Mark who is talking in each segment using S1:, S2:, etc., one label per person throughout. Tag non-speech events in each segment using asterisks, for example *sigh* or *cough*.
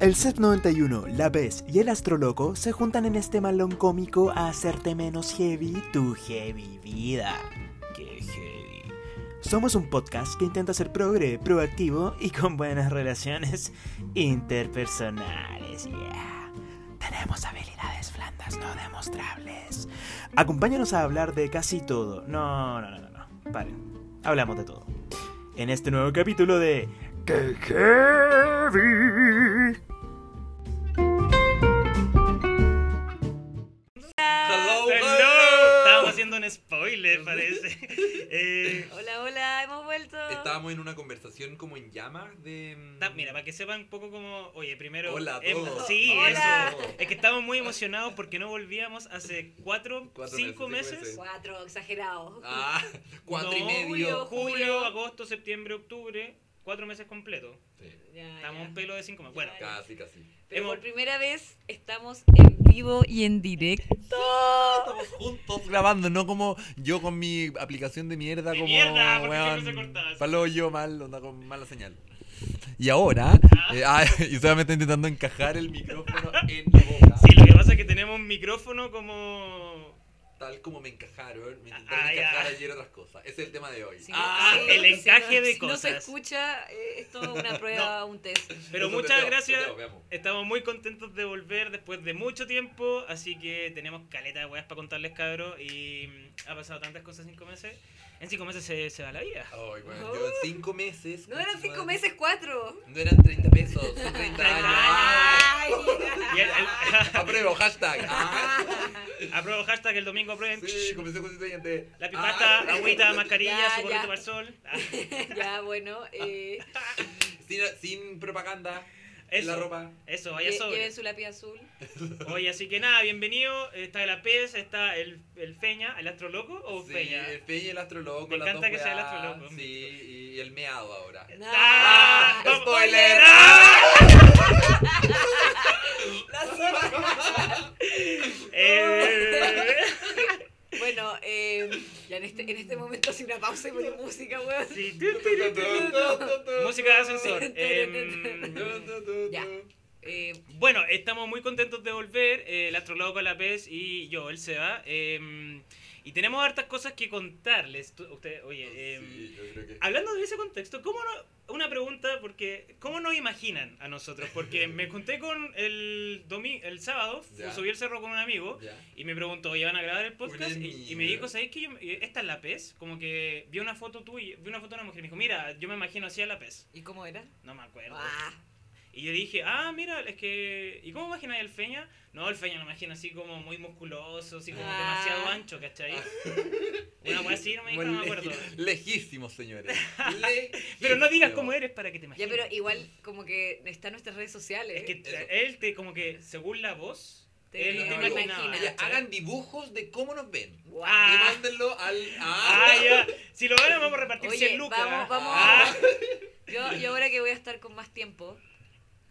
S1: El set 91, La Vez y el Astroloco se juntan en este malón cómico a hacerte menos heavy tu heavy vida. ¡Qué heavy! Somos un podcast que intenta ser progre, proactivo y con buenas relaciones interpersonales. Yeah. Tenemos habilidades blandas no demostrables. Acompáñanos a hablar de casi todo. No, no, no, no, no. Paren. Hablamos de todo. En este nuevo capítulo de ¡Qué heavy!
S2: Hello,
S3: Hello. Estábamos haciendo un spoiler, parece. Eh,
S2: Hola, hola, hemos vuelto.
S4: Estábamos en una conversación como en llamas de... mm,
S3: da- mira, para que sepan un poco como, oye, primero...
S4: Hola a
S3: em-
S4: todos.
S3: sí,
S2: Hola.
S3: eso. Es que estábamos muy emocionados porque no volvíamos hace cuatro,
S4: Cuatro
S3: cinco
S4: meses,
S3: meses.
S4: cinco meses.
S2: Cuatro, exagerado.
S4: *laughs* Ah, cuatro y
S3: No,
S4: medio.
S3: Julio,
S2: Julio. Ah,
S3: agosto, septiembre, octubre, cuatro meses completos.
S4: Sí,
S2: Ya,
S3: Estamos
S2: ya.
S3: un pelo de cinco meses. Bueno,
S2: Ya,
S4: casi, casi.
S2: Pero
S3: hemos-
S2: por primera vez estamos en vivo y en directo.
S4: Estamos juntos grabando, no como yo con mi aplicación de mierda.
S3: De
S4: como,
S3: mierda, porque siempre se cortaba eso.
S4: palo yo mal, onda con mala señal. Y ahora, eh, ah, *laughs* y solamente intentando encajar el
S3: *laughs*
S4: micrófono en la boca.
S3: sí, lo que pasa es que tenemos un micrófono como...
S4: Tal como me encajaron, me intentaron
S3: Ah, ya.
S4: encajar ayer otras cosas. Ese es el tema de hoy.
S2: Si no-
S4: ah,
S3: sí. el encaje
S2: no-
S3: de
S2: si No se
S3: cosas.
S2: escucha, eh, es todo
S3: *laughs*
S2: una prueba, un test.
S3: Pero
S4: Eso,
S3: muchas
S4: teteo,
S3: gracias.
S4: teteo, veamos.
S3: Estamos muy contentos de volver después de mucho tiempo, así que tenemos caleta de weas para contarles, cabros, y mm, ha pasado tantas cosas en cinco meses. En cinco meses se, se va la vida.
S4: Ay, bueno, yo en cinco meses.
S2: No eran cinco
S4: conchetumare,
S2: meses, cuatro.
S4: No eran 30 pesos,
S2: *laughs*
S4: son 30 años. Ah.
S2: Ay.
S3: Y el, el- *laughs*
S4: Apruebo,
S2: *laughs*
S4: hashtag. Ah.
S3: apruebo hashtag el domingo aprueben.
S4: Sí, comencé con siguiente.
S3: La pipata,
S4: Ah.
S3: agüita, mascarilla,
S2: Ya,
S3: su gorrito
S2: ya.
S3: para el Ah, sol. Ah,
S2: *laughs* Ya, bueno. Eh,
S4: *laughs* Sin, sin propaganda. En
S3: Eso.
S4: la ropa.
S3: Eso, vaya
S2: lle-
S3: sobre.
S2: lleven su lápiz azul.
S3: Oye, así que nada, bienvenido. Está la PES, está el, el Feña, el astro loco o
S4: Sí,
S3: Feña.
S4: el Feña y el astroloco.
S3: Oh, Me
S4: las
S3: encanta
S4: dos
S3: que sea el
S4: weas.
S3: astroloco.
S4: Sí, y el meado
S3: *laughs*
S4: ahora. *laughs*
S2: No.
S3: Ah,
S4: Ah,
S3: spoiler.
S4: spoiler. *laughs*
S3: Eh,
S2: Bueno, eh, ya en este, en este momento hace una pausa y pone música, weón.
S3: sí, tu, tu, tu, tu. Música de ascensor. Em,
S2: Ya. Eh,
S3: bueno, estamos muy contentos de volver, eh, el astrólogo La Pez y yo, el Seba. em, y tenemos hartas cosas que contarles. Tú- usted, oye, em,
S4: Ah, Sí, yo creo que-
S3: hablando de ese contexto, ¿cómo no, una pregunta, porque ¿cómo nos imaginan a nosotros?
S4: *laughs*
S3: Porque me conté con el, domi- el sábado, fu-
S4: Ya.
S3: subí el cerro con un amigo.
S4: Ya.
S3: Y me preguntó, ¿y van a grabar el podcast?
S4: Una
S3: Y, y
S4: niña.
S3: me dijo, ¿sabes qué? Yo, me- eh, esta es la PES. Como que vi una foto tuya, vi una foto de una mujer. Y me dijo, mira, yo me imagino así a la PES.
S2: ¿Y cómo era?
S3: No me acuerdo.
S2: Ah,
S3: Y yo dije, ah, mira, es que... ¿Y cómo imagináis el Feña? No, el Feña lo imagino así como muy musculoso, así como
S2: Ah.
S3: demasiado ancho, ¿cachai? *laughs* Una cosa así, no me dijo, no
S4: *laughs*
S3: me
S4: Muy
S3: acuerdo.
S4: leji- Lejísimos, señores. Lejísimos.
S3: *laughs* Pero no digas cómo eres para que te
S2: ya,
S3: imagines.
S2: pero igual como que están nuestras redes sociales.
S3: Es que
S4: Eh, Eso.
S3: él te, como que, según la voz,
S2: Te
S3: él te
S4: lo
S3: imaginaba.
S2: imaginas.
S4: Ya,
S3: ¿cachai?
S4: Hagan dibujos de cómo nos ven.
S2: Guau.
S3: Ah.
S4: Y mándenlo al.
S3: Ah,
S4: Ah,
S3: ya. Si lo ganan, vamos a repartir
S2: Oye,
S3: 100 lucas.
S2: vamos, vamos.
S3: Ah,
S2: Yo, yo ahora que voy a estar con más tiempo,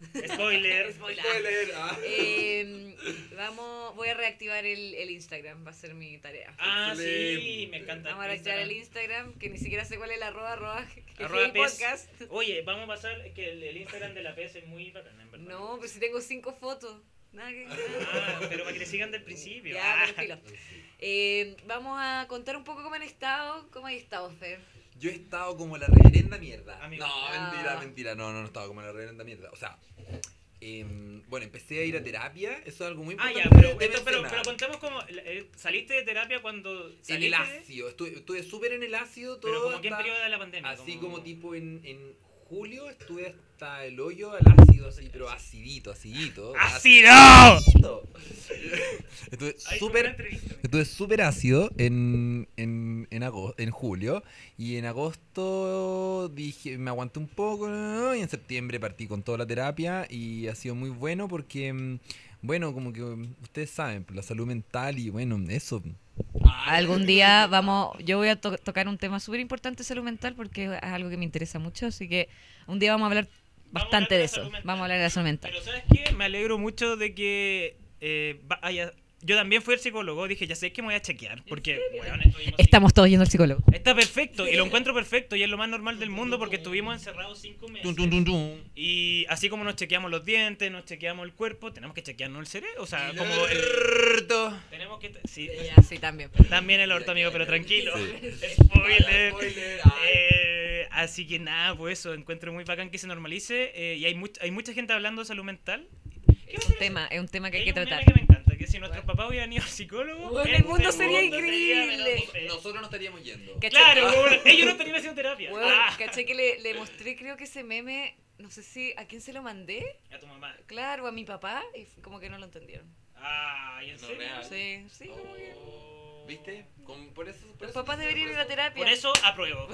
S2: *laughs*
S3: spoiler.
S2: Spoiler.
S4: Spoiler. Ah.
S2: eh, vamos, voy a reactivar el, el Instagram, va a ser mi tarea.
S3: Ah, sí,
S4: Excelente.
S3: me encanta.
S2: Vamos a reactivar el Instagram, que ni siquiera sé cuál es el arroba, arroba, *laughs*
S3: Arroba
S2: el
S3: pez.
S2: podcast.
S3: Oye, vamos a pasar es que el, el Instagram de la PS es muy bacán, en verdad.
S2: No, pues pero si tengo cinco fotos. Nada que...
S3: Ah, pero para que te sigan del principio.
S2: Ya,
S3: Ah.
S2: pero filo. Eh, vamos a contar un poco cómo han estado, cómo han estado, Fer.
S4: Yo he estado como la reverenda mierda.
S3: Amigo.
S4: No,
S2: Ah.
S4: mentira, mentira. No, no, no he estado como la reverenda mierda. O sea, em, bueno, empecé a ir a terapia. Eso es algo muy
S3: Ah,
S4: importante.
S3: ya, pero,
S4: de
S3: esto- pero,
S4: mencionar.
S3: pero contamos como eh, saliste de terapia cuando saliste,
S4: En el ácido. Estuve estuve súper en el ácido todo.
S3: pero como que en
S4: hasta-
S3: periodo de la pandemia.
S4: Así como tipo en, en julio estuve hasta el hoyo al ácido, así, pero acidito, acidito.
S3: ¡Ácido!
S4: Acidito. estuve
S3: Ay, como una
S4: súper *laughs*
S3: entrevista.
S4: Estuve súper ácido en, en, en, ago- en julio y en agosto dije, me aguanté un poco ¿no? y en septiembre partí con toda la terapia y ha sido muy bueno porque, mm, bueno, como que mm, ustedes saben, la salud mental y bueno, eso.
S2: Algún día vamos, yo voy a to- tocar un tema súper importante de salud mental porque es algo que me interesa mucho, así que un día vamos a hablar
S3: Vamos a
S2: bastante
S3: hablar de
S2: de
S3: la
S2: eso.
S3: salud mental.
S2: Vamos a hablar de la salud mental.
S3: Pero ¿sabes qué? Me alegro mucho de que eh, vaya- Yo también fui al psicólogo, dije, ya sé que me voy a chequear, porque, weón, estuvimos
S2: Estamos todos yendo al psicólogo.
S3: Está perfecto, y lo encuentro perfecto, y es lo más normal del mundo porque estuvimos encerrados cinco meses.
S4: Tum, tum, tum, tum.
S3: Y Y así como nos chequeamos los dientes, nos chequeamos el cuerpo, tenemos que chequearnos el cerebro. O sea,
S4: El
S3: como el-
S4: orto.
S3: Tenemos que. Sí,
S2: Ya, sí, también.
S3: también el orto, amigo, pero tranquilo. *laughs*
S4: Sí.
S3: Spoiler.
S4: Spoiler, ay.
S3: Eh, así que nada, pues eso, encuentro muy bacán que se normalice. eh, y hay, much- hay mucha gente hablando de salud mental.
S2: Es un tema, es un tema que hay que
S3: un meme
S2: tratar.
S3: que me encanta, que si nuestros papás hubieran ido al psicólogo, este
S2: Bueno, el mundo sería increíble.
S3: pero no sé.
S4: Nosotros no estaríamos yendo.
S2: ¿Cachai?
S3: Claro, bueno, ellos no estarían haciendo terapia.
S2: Weón,
S3: Ah,
S2: caché que le, le mostré, creo que ese meme, no sé si a quién se lo mandé,
S3: a tu mamá.
S2: claro, a mi papá, y fue como que no lo entendieron.
S3: Ah, ¿y en
S4: No,
S3: serio?
S4: real.
S2: Sí, sí, como que-
S3: Oh.
S4: ¿Viste? Con- por eso, por
S2: Los
S4: eso-
S2: papás deberían
S4: por
S2: ir a
S4: eso-
S2: terapia.
S3: Por
S2: *laughs*
S3: eso Ah. apruebo.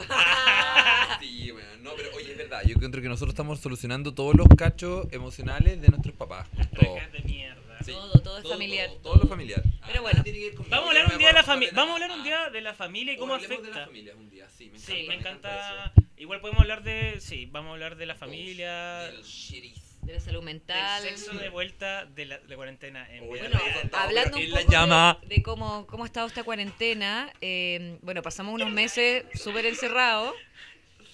S4: Sí, bueno, no, pero oye, es verdad. Yo encuentro que nosotros estamos solucionando todos los cachos emocionales de nuestros papás. Todo.
S3: Tracas de mierda.
S4: Sí,
S2: Todo, todo es familiar.
S4: Todo, todo lo familiar. Ah,
S2: Pero bueno.
S4: tiene que ir con-
S3: Vamos a hablar un día de la familia.
S4: Ah,
S3: Vamos a hablar un día de la familia y
S4: o
S3: cómo
S4: hablemos de las
S3: afecta.
S4: familias un día, sí, me encanta.
S3: Sí, me
S4: eso.
S3: encanta. Igual podemos hablar de. Sí, vamos a hablar de la familia.
S4: Del sheriff.
S2: De la salud
S3: del
S2: mental.
S3: sexo de vuelta de la de cuarentena en
S4: Oye,
S3: vida
S2: Bueno,
S3: real.
S4: No,
S2: Hablando
S4: pero
S2: un
S4: él la
S2: poco de-
S4: llama.
S2: de, cómo, cómo ha estado esta cuarentena, eh, bueno, pasamos unos meses súper encerrados.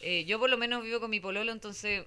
S2: Eh, yo por lo menos vivo con mi pololo, entonces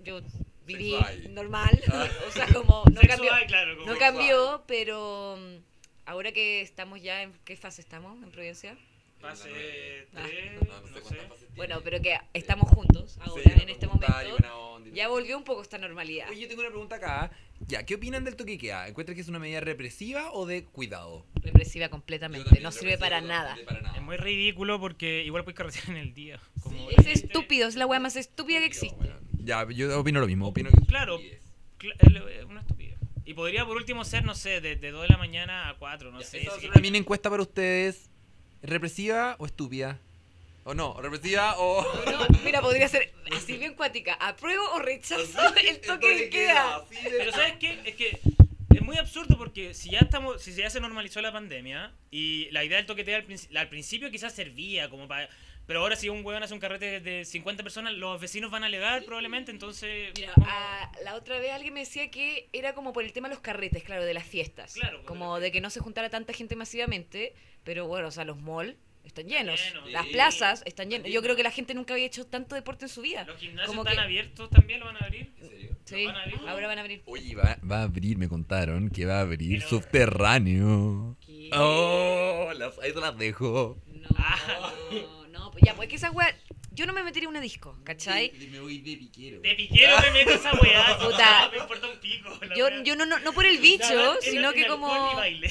S2: yo viví
S4: Sexual.
S2: normal.
S4: Ah.
S2: *laughs* O sea, como no
S3: Sexo,
S2: cambió,
S3: ay, claro, como-
S2: no cambió, pero mm, ahora que estamos ya, ¿en qué fase estamos en Providencia?
S3: Pase
S2: Ah.
S3: tres,
S4: No, no sé
S3: no sé.
S4: cuántas fases
S2: Bueno,
S4: tiene.
S2: pero que
S4: Sí.
S2: estamos juntos
S4: Sí,
S2: ahora,
S4: nos
S2: en este
S4: podemos juntar y
S2: momento.
S4: buena onda y
S2: Ya volvió un poco esta normalidad.
S4: Oye, yo tengo una pregunta acá. Ya, ¿qué opinan del toque que queda? ¿Encuentras que es una medida represiva o de cuidado?
S2: Represiva
S4: Yo
S2: completamente,
S4: también
S2: no
S4: represivo,
S2: sirve para
S4: no
S2: nada.
S4: sirve para nada.
S3: Es muy ridículo porque igual puedes carretear en el día. Como
S2: Es estúpido, es la weá más estúpida que existe.
S4: Ya, yo opino lo mismo. Opino que
S3: Claro.
S4: Sí, es.
S3: Cla- es lo- es una estupidez. Y podría por último ser, no sé, de, de 2 de la mañana a 4, no
S4: Ya,
S3: sé.
S4: esa va a
S3: si-
S4: ser una mini encuesta para ustedes. ¿Represiva o estúpida? ¿O no? ¿Represiva o.?
S2: No, mira, podría ser así bien cuática. ¿Apruebo o rechazo el toque de queda?
S4: así de-
S3: Pero ¿sabes qué? Es que es muy absurdo porque si ya estamos, si ya se normalizó la pandemia y la idea del toqueteo al, princi- al principio quizás servía como para... Pero ahora si un huevón hace un carrete de 50 personas, los vecinos van a alegar probablemente, entonces...
S2: Mira,
S3: ¿cómo?
S2: ah, la otra vez alguien me decía que era como por el tema de los carretes, claro, de las fiestas.
S3: Claro, pues, de
S2: como
S3: las
S2: de que no se juntara tanta gente masivamente, pero bueno, o sea, los malls están llenos,
S3: llenos,
S2: las
S4: sí.
S2: plazas están llenas. Yo creo que la gente nunca había hecho tanto deporte en su vida.
S3: los gimnasios
S2: como
S3: están
S2: que-
S3: abiertos también, lo van a abrir.
S4: ¿En serio?
S2: Sí,
S3: van a abrir.
S2: ahora van a abrir.
S4: Oye, va, va a abrir, me contaron que va a abrir
S3: Pero-
S4: subterráneo.
S2: ¿Qué?
S4: Oh, las, ahí se las dejo.
S2: No,
S3: Ah.
S2: no, no, pues ya, pues que esa weá, yo no me metería en una disco, ¿cachai?
S4: De- de- me voy de piquero.
S3: De piquero me meto esa
S2: *laughs*
S3: weá. si
S2: Puta.
S3: no, Me importa un pico. la
S2: Yo,
S3: weá.
S2: yo no, no, no por el
S3: Nada,
S2: bicho,
S3: en-
S2: sino
S3: en
S2: que
S3: alcohol
S2: como...
S3: y baile.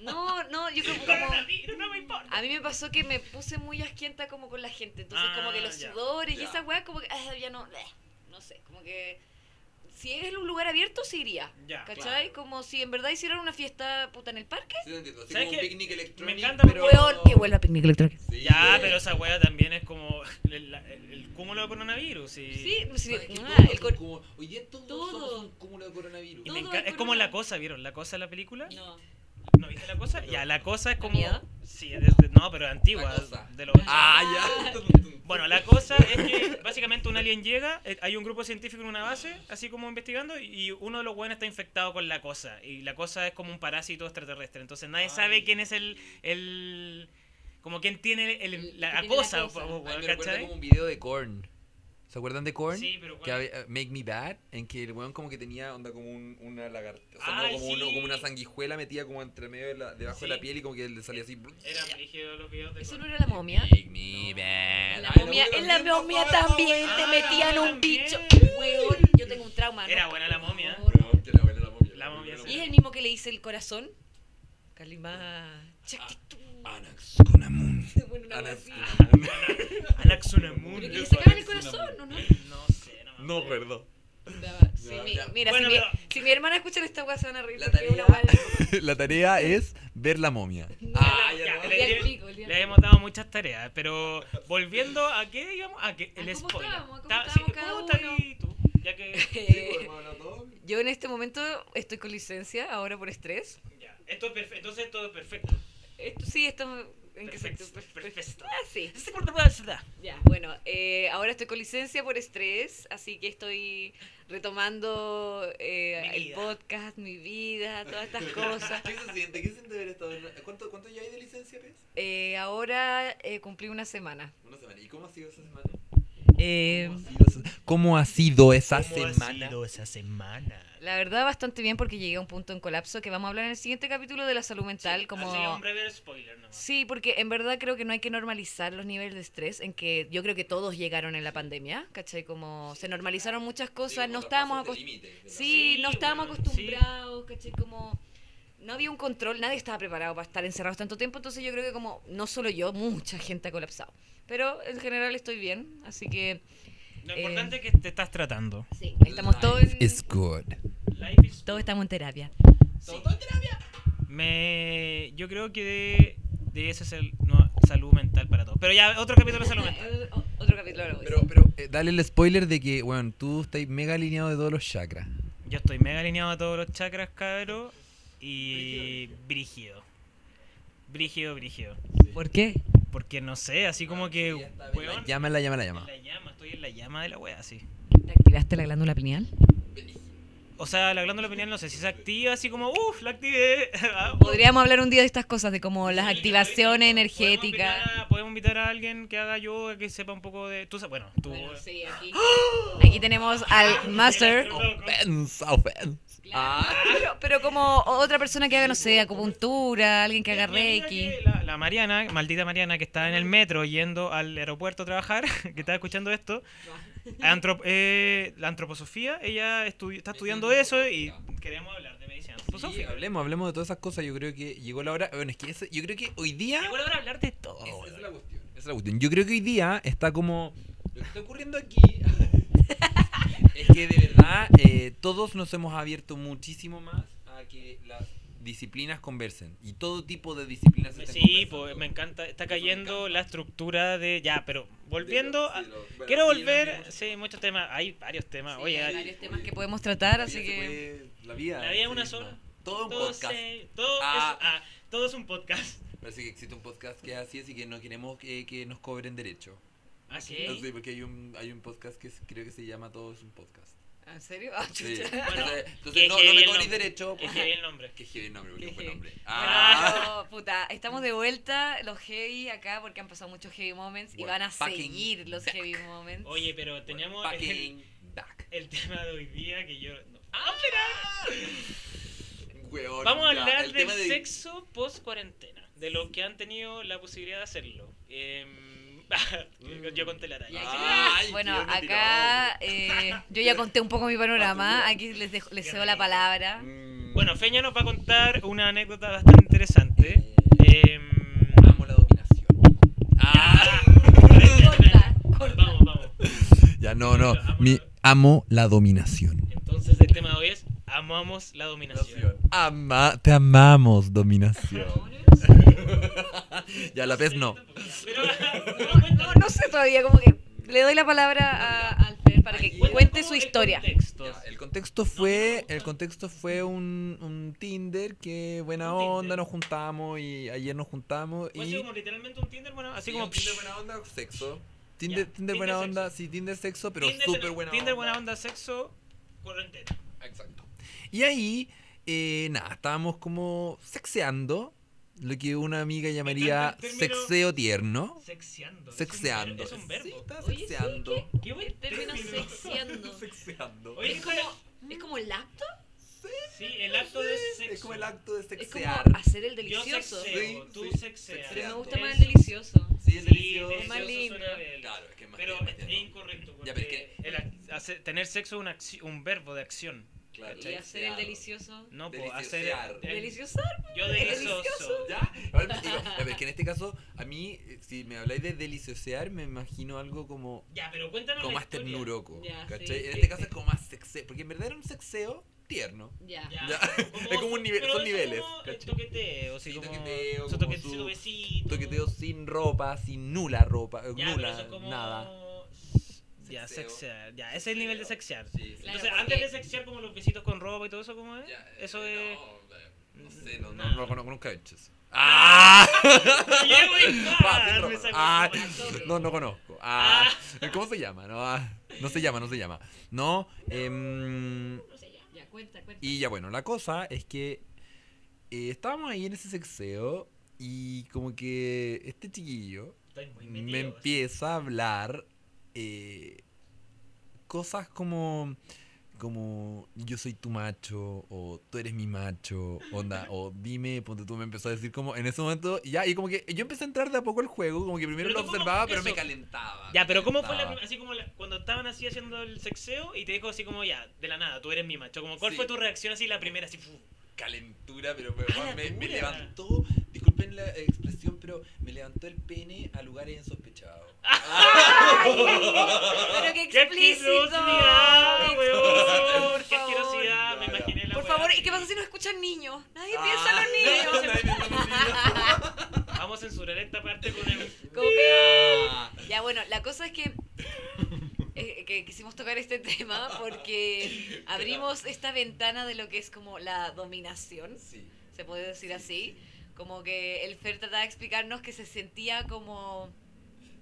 S2: No, no, yo creo que *laughs* como...
S3: Coronavirus, no me importa.
S2: A mí me pasó que me puse muy asquienta como con la gente. Entonces,
S3: Ah,
S2: como que los
S3: ya.
S2: sudores y
S4: Ya.
S2: esa weá, como que ah, ya no. bleh, no sé, como que. Si es un lugar abierto, sí iría.
S3: Ya,
S2: ¿Cachai? Como si en verdad hicieran una fiesta puta en el parque.
S4: Sí, te entiendo, así
S3: ¿Sabes
S4: como un
S3: qué?
S4: picnic electrónico,
S3: Me encanta
S4: pero...
S2: Weón, que vuelva a Picnic Electrónico.
S4: Sí,
S3: Ya,
S4: eh.
S3: pero esa wea también es como el, la- el- el cúmulo de coronavirus. Y,
S2: Sí, pues, sí,
S4: ¿Sabes qué?
S2: ah,
S4: Todos
S2: el
S4: son
S2: cor-
S4: como- Hoy día todos
S2: Todo.
S4: somos un cúmulo de coronavirus.
S3: y
S2: Todo
S3: me
S2: es
S3: encanta- es
S2: corona.
S3: como la cosa, ¿vieron? ¿La cosa de la película?
S2: No.
S3: ¿No viste la cosa? Ya, la cosa es como.
S2: miedo?
S3: Sí, es de- de- no, pero antigua.
S4: La cosa.
S3: De los-
S4: *laughs* Ah, *laughs* ya.
S3: Bueno, la cosa es que *laughs* básicamente un alien llega, eh, hay un grupo científico en una base, así como investigando, y uno de los buenos está infectado con la cosa. Y la cosa es como un parásito extraterrestre. Entonces nadie sabe quién es el. el como quién tiene el-
S2: El-
S3: la,
S2: que tiene la
S3: cosa,
S2: cosa.
S3: po, po,
S4: Ay, me recuerda
S3: ¿cachai?
S4: como un video de Korn. ¿Se acuerdan de Korn?
S3: Sí, pero
S4: que
S3: ¿cuál?
S4: había- Make Me Bad, en que el weón como que tenía onda como un, una lagartija, o sea, no,
S3: Ay,
S4: como, uno-
S3: sí.
S4: como una sanguijuela metida como entre medio de la- debajo de
S3: Sí.
S4: la piel y como que le salía así.
S3: Eran brígidos los videos de
S2: Eso no
S3: Conan.
S2: era la momia.
S4: Make Me Bad.
S2: En la
S4: Ay,
S2: momia,
S4: weá
S2: en la
S4: también
S2: momia
S4: pasaba esa
S2: también
S4: weá.
S2: te
S3: Ah,
S2: metían
S3: la
S2: un
S3: momia
S2: bicho.
S3: también.
S2: Weón, yo tengo un trauma. ¿no?
S3: Era buena la momia.
S2: Por favor.
S4: Weón, que la weá, la momia.
S3: La momia, sí.
S2: Y es el mismo que le hice el corazón. Calima. Chactitud.
S4: Anax Kunamun.
S2: *laughs* Bueno, una weá
S4: Anax
S2: así.
S4: Kunamun.
S3: Anaxunamun.
S2: Pero que
S4: Yo
S2: le
S4: soy
S2: sacaban el
S4: Anaxunamun.
S2: corazón, ¿o no?
S3: No sé, no
S4: *laughs*
S3: me
S4: No,
S3: acuerdo.
S4: perdón.
S2: Sí, mi-
S4: ya.
S2: mira,
S3: Bueno,
S2: si, mi,
S3: pero-
S2: si mi hermana escucha esta weá se van a reír
S4: La
S2: porque es una
S4: tarea-
S2: weá-
S4: *laughs* la tarea es ver la momia.
S2: Ah,
S3: ya,
S4: no.
S3: el-
S2: El día del pico, el día del *laughs*
S3: Le
S2: pico.
S3: hemos dado muchas tareas, pero volviendo a qué, digamos, a que el
S2: Ah, cómo
S3: spoiler.
S2: estábamos, a cómo
S3: Ta-
S2: estábamos cada
S3: ¿cómo estás
S2: uno?
S3: ahí tú? Ya que.
S4: Sí, pues,
S2: Eh,
S4: hermano, todo.
S2: Yo en este momento estoy con licencia, ahora por estrés.
S3: ya, Esto es perfecto, entonces todo es perfecto.
S2: Esto, sí, esto... ¿En qué
S3: Perfecto,
S2: sector? Per- per-
S3: perfecto.
S2: Ah,
S3: *laughs*
S2: sí.
S3: Se corta para la ciudad.
S2: Ya, bueno, eh, ahora estoy con licencia por estrés, así que estoy retomando eh,
S3: Mi
S2: el
S3: vida.
S2: podcast, mi vida, todas estas cosas.
S4: ¿Qué se siente? ¿Qué se siente ver esto? ¿Cuánto, cuánto ya hay de licencia, Pez?
S2: Eh, ahora eh, cumplí una semana.
S4: Una semana. ¿Y cómo ha sido esa semana?
S2: Eh,
S4: ¿Cómo ha sido esa
S5: ¿Cómo ha
S4: semana?
S5: sido esa semana?
S2: la verdad, bastante bien porque llegué a un punto en colapso que vamos a hablar en el siguiente capítulo de la salud mental. como...
S3: Así, un breve spoiler nomás.
S2: Sí, porque en verdad creo que no hay que normalizar los niveles de estrés en que yo creo que todos llegaron en la pandemia, ¿cachai? Como se normalizaron muchas cosas, no estábamos acostumbrados. Sí,
S3: Sí,
S2: no estábamos
S3: weón,
S2: acostumbrados, ¿cachai? Como no había un control, nadie estaba preparado para estar encerrados tanto tiempo, entonces yo creo que como no solo yo, mucha gente ha colapsado. Pero en general estoy bien, así que
S3: Lo
S2: Eh,
S3: importante es que te estás tratando.
S2: sí, ahí estamos todos en-
S4: It's good.
S3: Life is
S2: todos estamos en terapia.
S3: Me, yo creo que de, de ese es el no, salud mental para todos. Pero ya, otro capítulo de salud
S2: *laughs*
S3: mental.
S2: O- Otro capítulo ahora voy.
S4: Pero, pero eh, dale el spoiler de que, bueno, tú estás mega alineado de todos los chakras.
S3: Yo estoy mega alineado a todos los chakras, cabros. Y brígido. Brígido, brígido.
S2: ¿Por qué?
S3: Porque no sé, así como que. weón,
S4: Llámala, llámala,
S3: en
S4: llámala.
S3: la llama, estoy en la llama de la wea, así.
S2: ¿Te activaste la glándula pineal?
S3: O sea, la glándula pineal no sé si se activa, así como, uff, la activé. *laughs* Ah,
S2: Podríamos hablar un día de estas cosas, de como las
S3: Sí,
S2: activaciones
S3: podemos invitar
S2: energéticas.
S3: a- Podemos invitar a alguien que haga yoga, que sepa un poco de. Tú, sa- bueno, tú.
S2: Bueno, sí, aquí. Aquí tenemos al Master.
S4: Offense, offense.
S2: Pero, pero como otra persona que haga, no sé, acupuntura, alguien que haga
S3: Mi amiga
S2: reiki.
S3: que- La, la Mariana, maldita Mariana, que está en el metro yendo al aeropuerto a trabajar, *laughs* que está escuchando esto. antrop- eh, la antroposofía, ella estudi- está estudiando eso y queremos hablar de medicina
S4: Sí,
S3: antroposófica.
S4: hablemos, hablemos de todas esas cosas. Yo creo que llegó la hora. Bueno, es que eso- yo creo que hoy día.
S2: Ah,
S3: Llegó la hora de hablar de todo.
S4: Esa- esa
S3: weón.
S4: es la cuestión, esa es la cuestión. Yo creo que hoy día está como. Lo que está ocurriendo
S3: *laughs*
S4: aquí. es que de verdad eh, todos nos hemos abierto muchísimo más a que las disciplinas conversen. Y todo tipo de disciplinas se estén
S3: Sí, pues
S4: conversando.
S3: me encanta, está
S4: Eso me
S3: cayendo
S4: encanta.
S3: la estructura de... Ya, pero volviendo...
S4: De
S3: a-
S4: los- de los- bueno,
S3: quiero
S4: sí, la
S3: volver...
S4: vida-
S3: Sí, muchos temas, hay varios temas.
S2: Sí,
S3: Ah, Oye,
S2: hay varios temas que podemos tratar,
S4: la
S2: así
S4: vida se
S2: que.
S4: puede- La vida.
S3: La vida es
S4: sí,
S3: una
S4: es
S3: sola.
S4: Todo un
S3: todo,
S4: podcast.
S3: se- todo
S4: Ah.
S3: es, ah, todo es un podcast.
S4: Parece que existe un podcast que es así, así que no queremos que, que nos cobren derecho.
S3: Así
S4: Ah, Sí, porque hay un, hay un podcast que es- creo que se llama Todo es un
S3: *laughs*
S4: podcast.
S2: ¿En serio? Ah,
S4: Sí.
S2: chucha.
S4: Entonces, entonces
S3: que
S4: no,
S3: heavy
S4: no me
S3: el
S4: cobréis
S3: nombre.
S4: derecho. *laughs*
S3: Es que el nombre.
S4: Qué heavy el nombre, porque
S2: Qué
S4: no fue
S2: heavy.
S4: nombre.
S2: Bueno,
S4: Ah.
S2: pero, puta, estamos de vuelta los heavy acá porque han pasado muchos heavy moments y
S4: We're
S2: van a
S4: fucking
S2: seguir los
S4: back.
S2: heavy moments.
S3: Oye, pero teníamos el,
S4: Fucking back.
S3: el tema de hoy día que yo... no. ¡Ah, espera!
S4: Weón,
S3: Vamos a
S4: ya,
S3: hablar
S4: el
S3: del
S4: tema de-
S3: sexo post-cuarentena. De los que han tenido la posibilidad de hacerlo. Em, *laughs* yo conté la
S4: Ah.
S3: talla.
S4: Ay,
S2: bueno,
S4: qué
S2: acá eh, *laughs* Ah, yo ya conté un poco mi panorama.
S4: Basura.
S2: Aquí les, dejo, les
S3: Qué
S2: cedo la
S3: rico.
S2: palabra.
S4: Mm,
S3: Bueno, Feña nos va a contar una anécdota bastante interesante. Em,
S4: Eh, amo la dominación. Ah. *laughs*
S2: Corta, corta.
S3: vamos, vamos.
S4: Ya, no, no. Mi, amo la dominación.
S3: Entonces el tema de hoy es amamos la dominación.
S4: Ama, te amamos,
S3: *laughs*
S4: dominación. ya, la vez no.
S3: Pero,
S2: No, no sé todavía, como que le doy la palabra a, al Fer para que
S4: Aquí-
S2: cuente su historia.
S4: Ya, el contexto fue el contexto fue un, un Tinder que buena
S3: Un Tinder.
S4: onda nos juntamos y ayer nos juntamos
S3: Fue así
S4: y
S3: como literalmente un Tinder, bueno, así
S4: Sí,
S3: como...
S4: un Tinder buena onda sexo Tinder,
S3: Ya,
S4: Tinder
S3: Tinder
S4: buena
S3: sexo.
S4: onda sí Tinder sexo pero
S3: Tinder,
S4: súper buena
S3: Tinder
S4: onda.
S3: buena onda, sexo, cuarentena.
S4: exacto y ahí eh, nada estábamos como sexeando lo que una amiga llamaría
S3: encanta el término-
S4: sexeo tierno
S3: Sexeando. es un ver-
S4: sexeando
S3: Es un
S4: Sí,
S3: verbo.
S4: está
S2: Oye, sí,
S4: sexeando
S3: Qué buen
S2: Término
S3: término.
S4: *laughs*
S2: sexeando.
S4: sexeando
S3: Oye,
S2: Es como, es como el acto,
S3: Sí, el acto de sexo.
S4: es como el acto de
S2: es como
S4: sexear
S2: hacer
S3: Yo
S2: el delicioso.
S3: sexeo,
S4: Sí,
S3: tú
S4: sí,
S3: sexeas.
S2: Pero me
S4: sexeando.
S2: gusta más el
S3: Eso.
S2: delicioso.
S4: sí es
S3: Sí,
S4: delicioso
S3: delicioso
S2: más lindo.
S3: suena bien.
S4: Claro, es que es más
S3: Pero
S4: bien, más
S3: es
S4: bien.
S3: incorrecto.
S4: Ya,
S3: Porque
S4: pero es que-
S3: el ac- hacer- tener sexo es una acci- un verbo de acción.
S4: Claro,
S2: Y hacer el
S4: sexeando.
S2: delicioso.
S3: No, pues hacer.
S4: Deliciosear.
S3: el-
S2: Delicioso.
S3: Yo *laughs*
S2: ¿Es
S3: delicioso.
S4: ¿Ya? Igual, digo, ya, pero es que en este caso, a mí, eh, si me habláis de deliciosear, me imagino algo como,
S3: Ya, pero cuéntanos.
S4: como
S3: la
S4: más
S3: historia.
S4: ternuroco.
S2: Ya,
S4: ¿cachai?
S2: sí,
S4: en
S2: sí,
S4: este caso
S2: sí.
S4: es como más sexeo. Porque en verdad era un sexeo tierno.
S2: Ya.
S3: Ya.
S4: Ya. *laughs* Es como un nivel-
S3: pero
S4: son
S3: eso
S4: niveles,
S3: Como el
S4: ¿cachai?
S3: toqueteo, así
S4: Sí,
S3: como.
S4: toqueteo,
S3: su
S4: como
S3: toquecito,
S4: su-
S3: besito.
S4: Toqueteo sin ropa, sin nula ropa, eh,
S3: Mm. Ya, pero
S4: nula,
S3: eso es como-
S4: nada.
S3: Ya,
S4: Sexeo.
S3: sexear. Ya, ese es el nivel de sexear.
S4: Sí, sí.
S2: Claro,
S3: Entonces,
S2: porque-
S3: antes de sexear, como los besitos con ropa y todo eso, ¿cómo es?
S4: Ya, eh,
S3: eso es.
S4: No, eh, no sé, no,
S3: Nada.
S4: no, no, no, nunca he hecho eso. ¡Ah!
S3: *laughs*
S4: *laughs*
S3: Llego y-
S4: Va, sin
S3: ¡Ah!
S4: ropa.
S3: Me sacó
S4: Ah,
S3: el
S4: no, no conozco. Ah, ¿Cómo se llama? No, ah, no se llama, no se llama. No, em,
S2: No sé, ya. Ya, cuenta, cuenta.
S4: y ya bueno, la cosa es que eh, estábamos ahí en ese sexeo y como que este chiquillo
S3: Estoy muy
S4: me
S3: metido.
S4: empieza a hablar eh, cosas como como yo soy tu macho o tú eres mi macho, onda,
S3: *laughs*
S4: o dime, ponte tú me empezó a decir como en ese momento, y ya, y como que yo empecé a entrar de a poco al juego, como que primero
S3: Pero
S4: lo
S3: tú cómo-
S4: observaba, pero
S3: eso.
S4: me calentaba.
S3: Ya,
S4: me
S3: pero ¿cómo fue la
S4: calentaba.
S3: prim- así como la- cuando estaban así haciendo el sexeo y te dijo así como ya, de la nada, tú eres mi macho? Como, ¿Cuál
S4: Sí.
S3: fue tu reacción así la primera? Así, fu-
S4: calentura, pero me,
S3: Ah, la
S4: me- me
S3: dura.
S4: levantó, disculpen la expresión, pero me levantó el pene a lugares
S3: *laughs*
S4: insospechados. Ah,
S2: Pero qué
S3: ¡Qué
S2: explícito.
S3: asquerosidad, weón!
S2: Por
S3: ¡Qué
S2: favor.
S3: asquerosidad! Me
S4: Ya, ya.
S3: imaginé la
S2: Por
S3: weá
S2: favor,
S3: así.
S2: ¿y qué pasa si no escuchan niños? Nadie
S4: Ah,
S2: piensa en los niños.
S4: nadie piensa en los niños.
S3: Vamos a censurar esta parte con el...
S2: *laughs* Como
S4: Ah,
S2: Ya, bueno, la cosa es que, eh, que quisimos tocar este tema porque abrimos esta ventana de lo que es como la dominación,
S4: sí.
S2: se puede decir así. Como que el Fer trataba de explicarnos que se sentía como...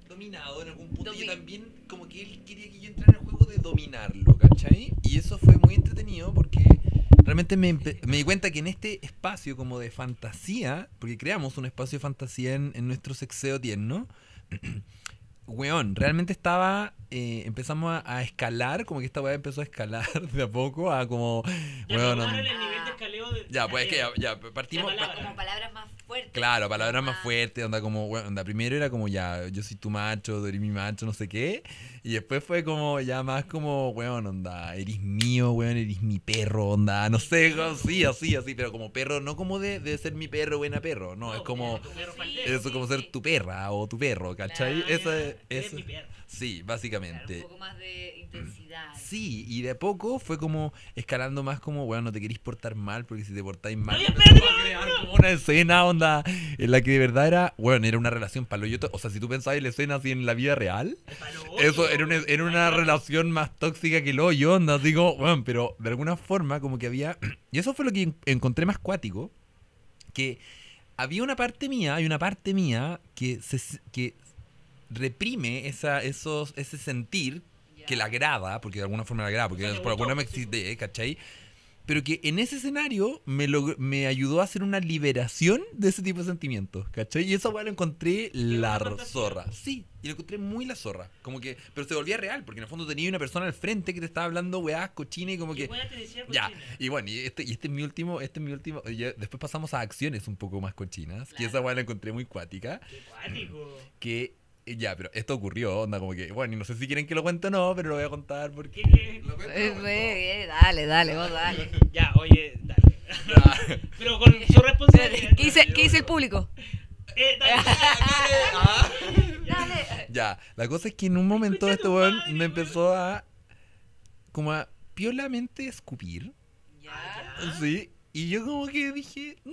S4: dominado en algún punto
S2: Domi-
S4: y también como que él quería que yo entrara al juego de dominarlo, ¿cachai? Y eso fue muy entretenido porque realmente me, empe- me di cuenta que en este espacio como de fantasía, porque creamos un espacio de fantasía en, en nuestro sexeo tierno, *clears throat* weón, realmente estaba, eh, empezamos a, a escalar, como que esta weá empezó a escalar *laughs* de a poco, a como,
S3: Ya,
S4: weón,
S3: pero ahora
S4: an-
S3: el nivel de escaleo de...
S4: ya, pues es que ya, ya, partimos...
S3: La palabra.
S2: Como palabras más fuertes.
S4: Claro, palabras más
S2: Ah,
S4: fuertes, onda como, bueno, onda, primero era como ya, yo soy tu macho, tú eres mi macho, no sé qué. Y después fue como ya más como, weón, onda, eres mío, weón, eres mi perro, onda, no sé, así, así, así, pero como perro, no como de, de ser mi perro, buena perro, no, es como,
S3: tu perro
S2: Sí.
S3: faltero.
S4: eso como ser tu perra o tu perro, ¿cachai?
S2: Claro.
S4: Eso es,
S3: Eres
S4: eso-
S3: mi perro.
S4: sí,
S2: claro,
S4: básicamente.
S2: un poco más de intensidad.
S4: Sí, y de a poco fue como escalando más como, weón, no te queréis portar mal, porque si te portáis mal,
S3: Ay,
S4: empezamos a crear como una escena, onda, en la que de verdad era, weón, era una relación palo. Yo to- o sea, si tú pensabas en la escena así en la vida real, eso era una, era una relación más tóxica que el hoyo, onda, digo, weón, pero de alguna forma como que había... *clears throat* Y eso fue lo que en- encontré más cuático, que había una parte mía, hay una parte mía que, se, que reprime esa, esos, ese sentir
S2: Ya. Eh,
S4: que la agrada, porque de alguna forma la agrada, porque
S3: O sea, le
S4: por alguna
S3: gustó,
S4: me
S3: sí.
S4: excité, ¿cachai? Pero que en ese escenario me, log- me ayudó a hacer una liberación de ese tipo de sentimientos, ¿cachai? Y esa weá lo encontré la
S3: buena fantasía.
S4: zorra. Sí, y lo encontré muy la zorra. Como que, pero se volvía real, porque en el fondo tenía una persona al frente que te estaba hablando weá, cochina y como que.
S3: pues,
S4: Ya, y bueno, y este, y este es mi último, este es mi último. y ya- después pasamos a acciones un poco más cochinas, que esa
S2: Claro.
S4: weá la encontré muy cuática
S3: Qué cuático.
S4: que eh, ya, pero esto ocurrió, onda, como que, bueno, y no sé si quieren que lo cuente o no, pero lo voy a contar porque...
S3: ¿Qué- qué?
S4: Lo cuento,
S2: Eh,
S4: lo cuento.
S2: eh, dale, dale, vos dale.
S3: Ya, oye, dale. Pero con su responsabilidad.
S2: ¿Qué dice, qué dice el público?
S3: Eh,
S2: *laughs*
S3: dale.
S4: Ah,
S2: Dale.
S4: ya, la cosa es que en un momento
S3: Escucha
S4: este
S3: tu
S4: weón
S3: madre,
S4: me empezó a... como a piolamente escupir,
S2: *laughs* Ya.
S3: Ah,
S4: ¿sí? Y yo como que dije, mm,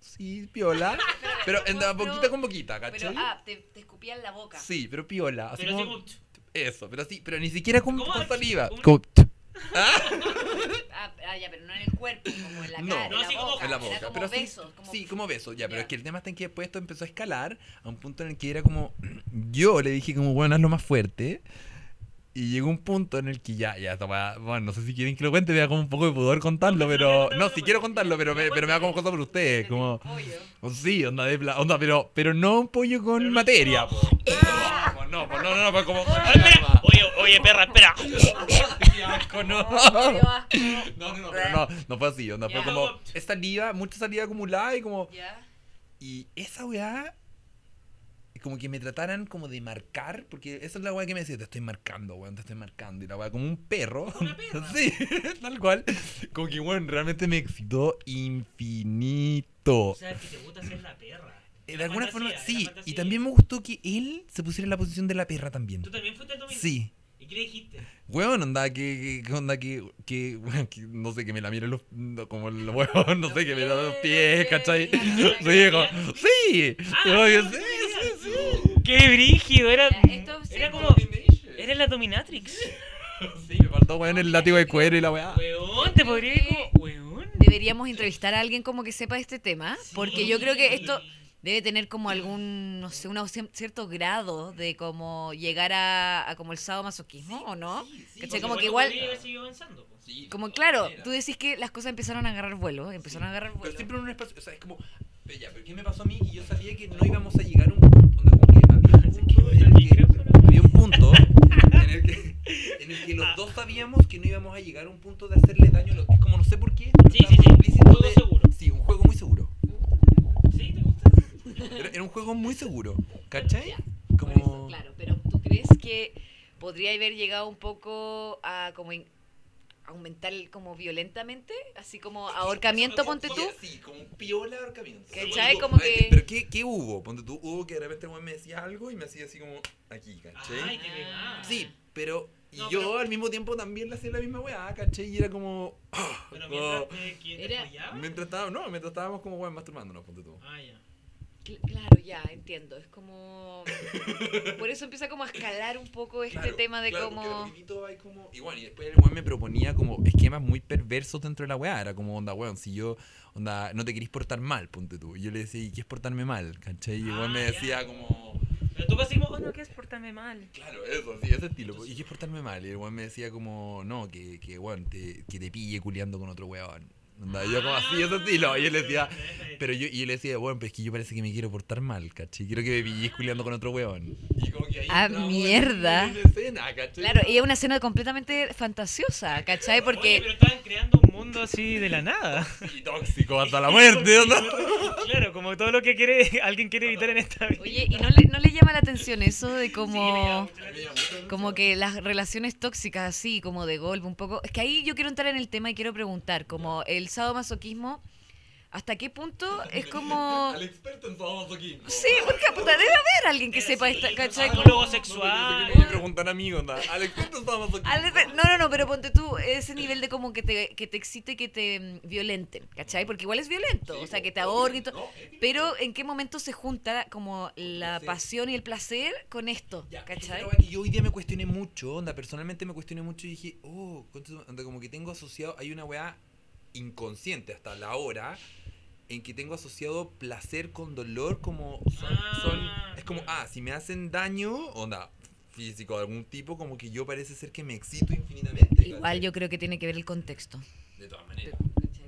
S4: sí, piola, pero en,
S2: pero-
S4: poquita con poquita,
S2: Pero,
S4: ¿cachai?
S2: ah, te, te escupía en la boca.
S4: Sí, pero piola, así
S3: Pero así
S4: como-
S3: como...
S4: Eso, pero así, pero ni siquiera con,
S3: ¿Cómo?
S4: con saliva.
S3: ¿Cómo?
S4: como-
S2: Ah, ah, ya, pero no en el cuerpo, como en la
S4: No.
S2: cara,
S4: No,
S2: en, la
S3: así como
S2: boca.
S4: en la
S2: Era
S4: boca.
S2: como
S4: pero sí-
S2: besos,
S4: sí,
S2: como-
S4: como besos. Ya, pero
S2: Ya.
S4: es que el tema está en que después esto empezó a escalar a un punto en el que era como. *clears throat* Yo le dije, como, bueno, hazlo más fuerte. Y llegó un punto en el que ya, ya, esta weá- bueno, no sé si quieren que lo cuente, me da como un poco de pudor contarlo,
S3: No, no, no,
S4: pero.
S3: no, no,
S4: No,
S3: no,
S4: si
S3: no,
S4: quiero
S3: no,
S4: contarlo, pero me,
S3: no,
S4: pero me da como cosa por ustedes, como.
S2: Pollo.
S4: oh, Sí, onda de pla- onda, pero, pero no un pollo con
S3: Pero no-
S4: materia, po. No, no, po, no, no, no, pues como. *laughs*
S3: Ah, espera. Oye, oye, perra, espera.
S4: Qué asco, no.
S2: Pollo
S4: Ah.
S2: asco.
S4: No, no, no, pero no, no fue así, onda,
S2: Ya.
S4: fue como. Es saliva, mucha saliva acumulada y como. *laughs*
S2: Ya.
S4: Y esa weá, como que me trataran como de marcar, porque esa es la weá que me decía, te estoy marcando, weón, te estoy marcando. Y la weá, como un perro. *laughs* sí, tal cual. Como que, weón, realmente me excitó infinito.
S3: O sea, que te gusta hacer la perra.
S4: Eh, de
S3: La
S4: alguna
S3: fantasía,
S4: forma,
S3: la
S4: sí. Y
S3: fantasía.
S4: también me gustó que él se pusiera en la posición de la perra también.
S3: ¿Tú también fuiste al domingo?
S4: Sí.
S3: ¿Y qué le
S4: *laughs*
S3: dijiste?
S4: Weón, onda, que, que- onda, que, que, weón, que no sé, que me la miren los, no, como el weón, no sé, que me la los pies, ¿cachai? *laughs* Sí, como, sí,
S3: Ah,
S4: Oye, sí, sí, sí.
S3: ¡Qué brígido! Era,
S2: Ya, esto sí.
S3: era como... Eres la dominatrix.
S4: Sí, me faltó, weón, el látigo de cuero y la weá.
S3: Weón, te podría ir como... Weón.
S2: Deberíamos entrevistar a alguien como que sepa este tema, porque yo creo que esto debe tener como algún, no sé, un cierto grado de como llegar a, a como el sadomasoquismo, ¿o no? ¿Cachai? como que igual-
S3: Podría haber seguido avanzando, pues. po.
S2: Como claro, tú decís que las cosas empezaron a agarrar vuelo, empezaron a agarrar
S4: Pero
S2: vuelo.
S4: siempre en un espacio, o sea, es como, pero ya, pero ¿qué me pasó a mí? Y yo sabía que no íbamos a llegar a un punto, onda, como que había un punto, en el que- había un punto en el que, en el que los dos sabíamos que no íbamos a llegar a un punto de hacerle daño a los. Es como no sé por qué. pero
S3: Sí,
S4: estaba
S3: sí, sí.
S4: implícito
S3: Juego seguro.
S4: Sí, un juego muy seguro.
S3: ¿Sí? ¿Te gusta?
S4: Era, era un juego muy seguro. ¿Cachai? Como.
S2: Por eso, claro, pero ¿tú crees que podría haber llegado un poco a como in- aumentar como violentamente? Así como ahorcamiento, ponte tú.
S4: Sí, como un piola ahorcamiento. Ponte
S2: ¿Cachai?
S4: tú,
S2: Como
S4: ay,
S2: que-
S4: ¿Pero qué, qué hubo? Ponte tú, hubo que de repente el weón me decía algo y me hacía así como aquí, ¿cachai?
S3: Ay, qué
S2: ah.
S3: legal.
S4: Sí, pero y
S3: No,
S4: yo
S3: pero-
S4: al mismo tiempo también le hacía la misma weá, ¿cachai? Y era como. ah,
S3: Pero
S4: como-
S3: mientras te, que te
S2: Era-
S3: follaba.
S4: mientras estábamos, no, mientras estábamos como weón masturbándonos, ponte tú.
S3: Ah, ya.
S2: Cl- Claro, ya, entiendo.
S4: *laughs*
S2: Es como. Por eso empieza como a escalar un poco este
S4: Claro,
S2: tema de
S4: claro, porque
S2: cómo.
S4: rapidito hay como- Y bueno, y después el weón me proponía como esquemas muy perversos dentro de la weá. Era como, onda, weón, si yo, onda, no te querís portar mal, ponte tú. Y yo le decía, ¿y qué es portarme mal? ¿Cachai? Y el weón
S3: Ah,
S4: me
S3: ya.
S4: decía como,
S3: Pero tú así como, oh, no, que es portarme mal.
S4: claro, eso, sí, ese estilo. pues, ¿Y qué es portarme mal? Y el weón me decía como, no, que, que weón, te, que te pille culiando con otro weón. Onda, yo como así, ese estilo. Y yo le
S3: *laughs*
S4: decía, Pero yo, y yo le decía, bueno, pero es que yo parece que me quiero portar mal, ¿cachai? Quiero que me pilles culiando con otro huevón. Y como que ahí
S2: Ah,
S4: entramos en-
S2: mierda.
S4: en escena, ¿cachai?
S2: Claro, y es una escena completamente fantasiosa, ¿cachai?
S3: Oye,
S2: Porque.
S3: pero estaban creando un mundo así de la
S2: *laughs*
S3: nada.
S4: Y tóxico hasta la muerte, ¿no?
S3: Claro, como todo lo que quiere, alguien quiere evitar en esta vida.
S2: Oye, ¿y no le, no le llama la atención eso de
S3: Sí, me llama
S2: como.
S3: mucho la atención.
S2: *laughs* Como que las relaciones tóxicas, así, como de golpe, un poco. Es que ahí yo quiero entrar en el tema y quiero preguntar, como el sadomasoquismo, ¿hasta qué punto
S3: *laughs*
S2: es como.
S4: Al experto en todo masoquismo.
S2: Sí, porque puta, debe haber alguien que sepa esta, ¿cachai?
S3: Como
S2: Como-
S3: luego sexual.
S4: Le preguntan a mí, onda. Al experto en todo masoquismo.
S2: pues, Al- No, no, no, pero ponte tú ese nivel de como que te, que te excite, que te mm, violenten, ¿cachai? Porque igual es violento, o sea, que te ahorquen y todo.
S4: No,
S2: Pero ¿en qué momento se junta como la
S4: Sí.
S2: pasión y el placer con esto?
S4: Ya, es que
S2: ¿Cachai?
S4: esa weá que yo hoy día me cuestioné mucho, onda, personalmente me cuestioné mucho y dije, oh, concha- onda, como que tengo asociado, hay una weá inconsciente hasta la hora en que tengo asociado placer con dolor, como son,
S3: Ah,
S4: son- es como, ah, si me hacen daño, onda, físico de algún tipo, como que yo parece ser que me excito infinitamente.
S2: Igual
S4: ¿cachai?
S2: yo creo que tiene que ver el contexto.
S4: De todas maneras.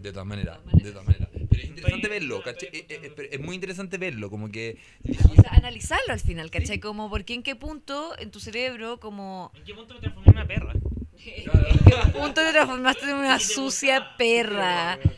S4: De todas maneras,
S2: todas maneras.
S4: de todas maneras. Pero es interesante
S3: Estoy-
S4: verlo,
S3: estoy
S4: ¿cachai? Eh, eh,
S3: escuchando.
S4: pero es muy interesante verlo, como que...
S2: O sea, analizarlo al final, ¿cachai?
S4: Sí.
S2: Como porque en qué punto en tu cerebro,
S4: *laughs*
S2: como...
S3: ¿En qué punto me transformé en una perra?
S2: Punto te transformaste en una sucia perra.
S4: *laughs*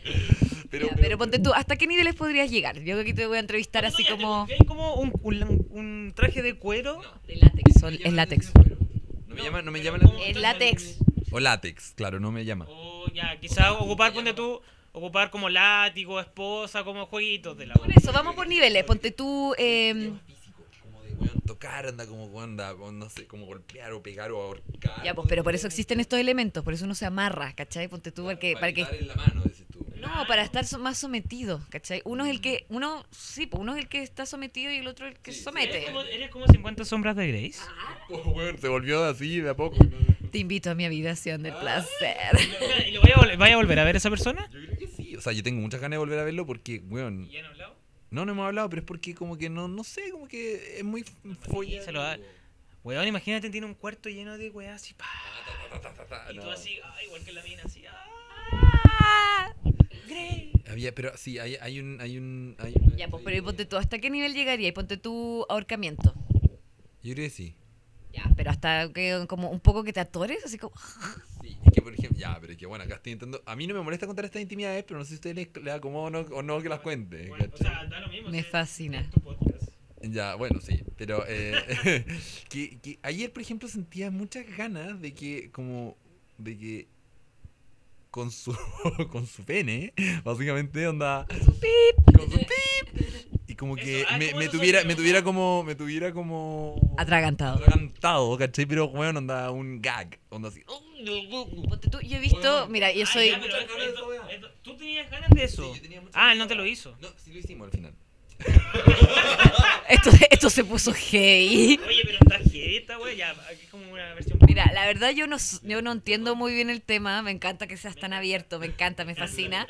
S4: Pero,
S2: Ya, pero ponte tú, ¿hasta qué niveles podrías llegar? Yo aquí te voy a entrevistar así
S3: Imagínate,
S2: como...
S3: que hay como un, un- un traje de cuero.
S2: De látex. son-
S4: Me
S2: Es
S4: llama la
S2: látex.
S4: atención, pero No me
S3: No,
S4: llama, no me
S3: pero
S4: llama
S3: como-
S4: la
S2: Es látex.
S4: O látex, claro, no me llama.
S3: O ya, quizás ocupar, ponte tú, ocupar como látigo, esposa, como jueguitos de la
S2: Por eso, vamos por niveles. Ponte tú... eh,
S4: Físico, como de weón, tocar, anda como onda, no sé, como golpear o pegar o ahorcar.
S2: ya, pues, pero por eso existen estos elementos, por eso uno se amarra, ¿cachai? Ponte tú, porque, para que...
S4: quitar en la mano, dices tú.
S2: No, para estar so- más sometido, ¿cachai? Uno es el que... Uno, sí, pues uno es el que está sometido y el otro el que
S4: Sí, sí,
S2: se
S3: ¿Eres
S2: somete.
S3: como, eres como 50 sombras de Grace?
S4: *laughs*
S2: Ah.
S4: Oh, weón, se volvió así de a poco.
S2: Te invito a mi habitación
S3: Ah.
S2: del placer.
S3: ¿Y lo vaya a, vol- vaya a volver a ver a esa persona?
S4: Yo creo que sí. O sea, yo tengo muchas ganas de volver a verlo porque, weón,
S3: ¿Ya han hablado?
S4: no, no hemos hablado, pero es porque como que no, no sé, como que es muy folla.
S3: se lo da. Weón, imagínate, tiene un cuarto lleno de weas así, pa. Y tú así, ah, igual que la mina, así, ah. Grace.
S4: Había, pero sí, hay, hay un, hay un, hay un-
S2: Ya, pues, pero y ponte tú, ¿hasta qué nivel llegaría? Y ponte tú ahorcamiento.
S4: Yo creo que sí.
S2: Ya, pero hasta que como un poco que te atores, así como...
S4: Sí, es que por ejemplo, ya, pero es que bueno, acá estoy intentando. A mí no me molesta contar estas intimidades, pero no sé si a ustedes les, les acomoda o no, o no que las cuente.
S3: Bueno, o
S4: ¿cachai?
S3: sea, da lo mismo.
S2: Me
S3: si es-
S2: fascina.
S3: es tu podcast.
S4: Ya, bueno, sí, pero eh, *laughs* que, que ayer, por ejemplo, sentía muchas ganas de que, como, de que con su, *laughs* con su pene, básicamente, onda. Con su pip. Y como que
S3: Eso, ah,
S4: me,
S3: como
S4: me
S3: esos
S4: tuviera, me
S3: sonidos.
S4: tuviera como, me tuviera como.
S2: Atragantado.
S4: Atragantado, ¿cachai? Pero, bueno, onda, un gag, onda así.
S2: Ponte tú, yo he visto, mira, yo
S3: Ah,
S2: soy...
S3: ya, pero
S4: Muchas ganas de esa
S3: es-
S4: wea.
S3: es- es- Tú tenías ganas de eso.
S4: Sí, yo tenía muchas
S3: ah,
S4: ganas
S3: él no
S4: de
S3: te
S4: esa
S3: lo
S4: wea.
S3: hizo.
S4: No, sí lo hicimos al final.
S2: Esto, esto se puso gay.
S3: Oye, pero está heavy esta wea, ya, aquí es como una versión.
S2: Mira, la verdad yo no, s- yo no entiendo muy bien el tema, me encanta que seas tan abierto, me encanta, me fascina,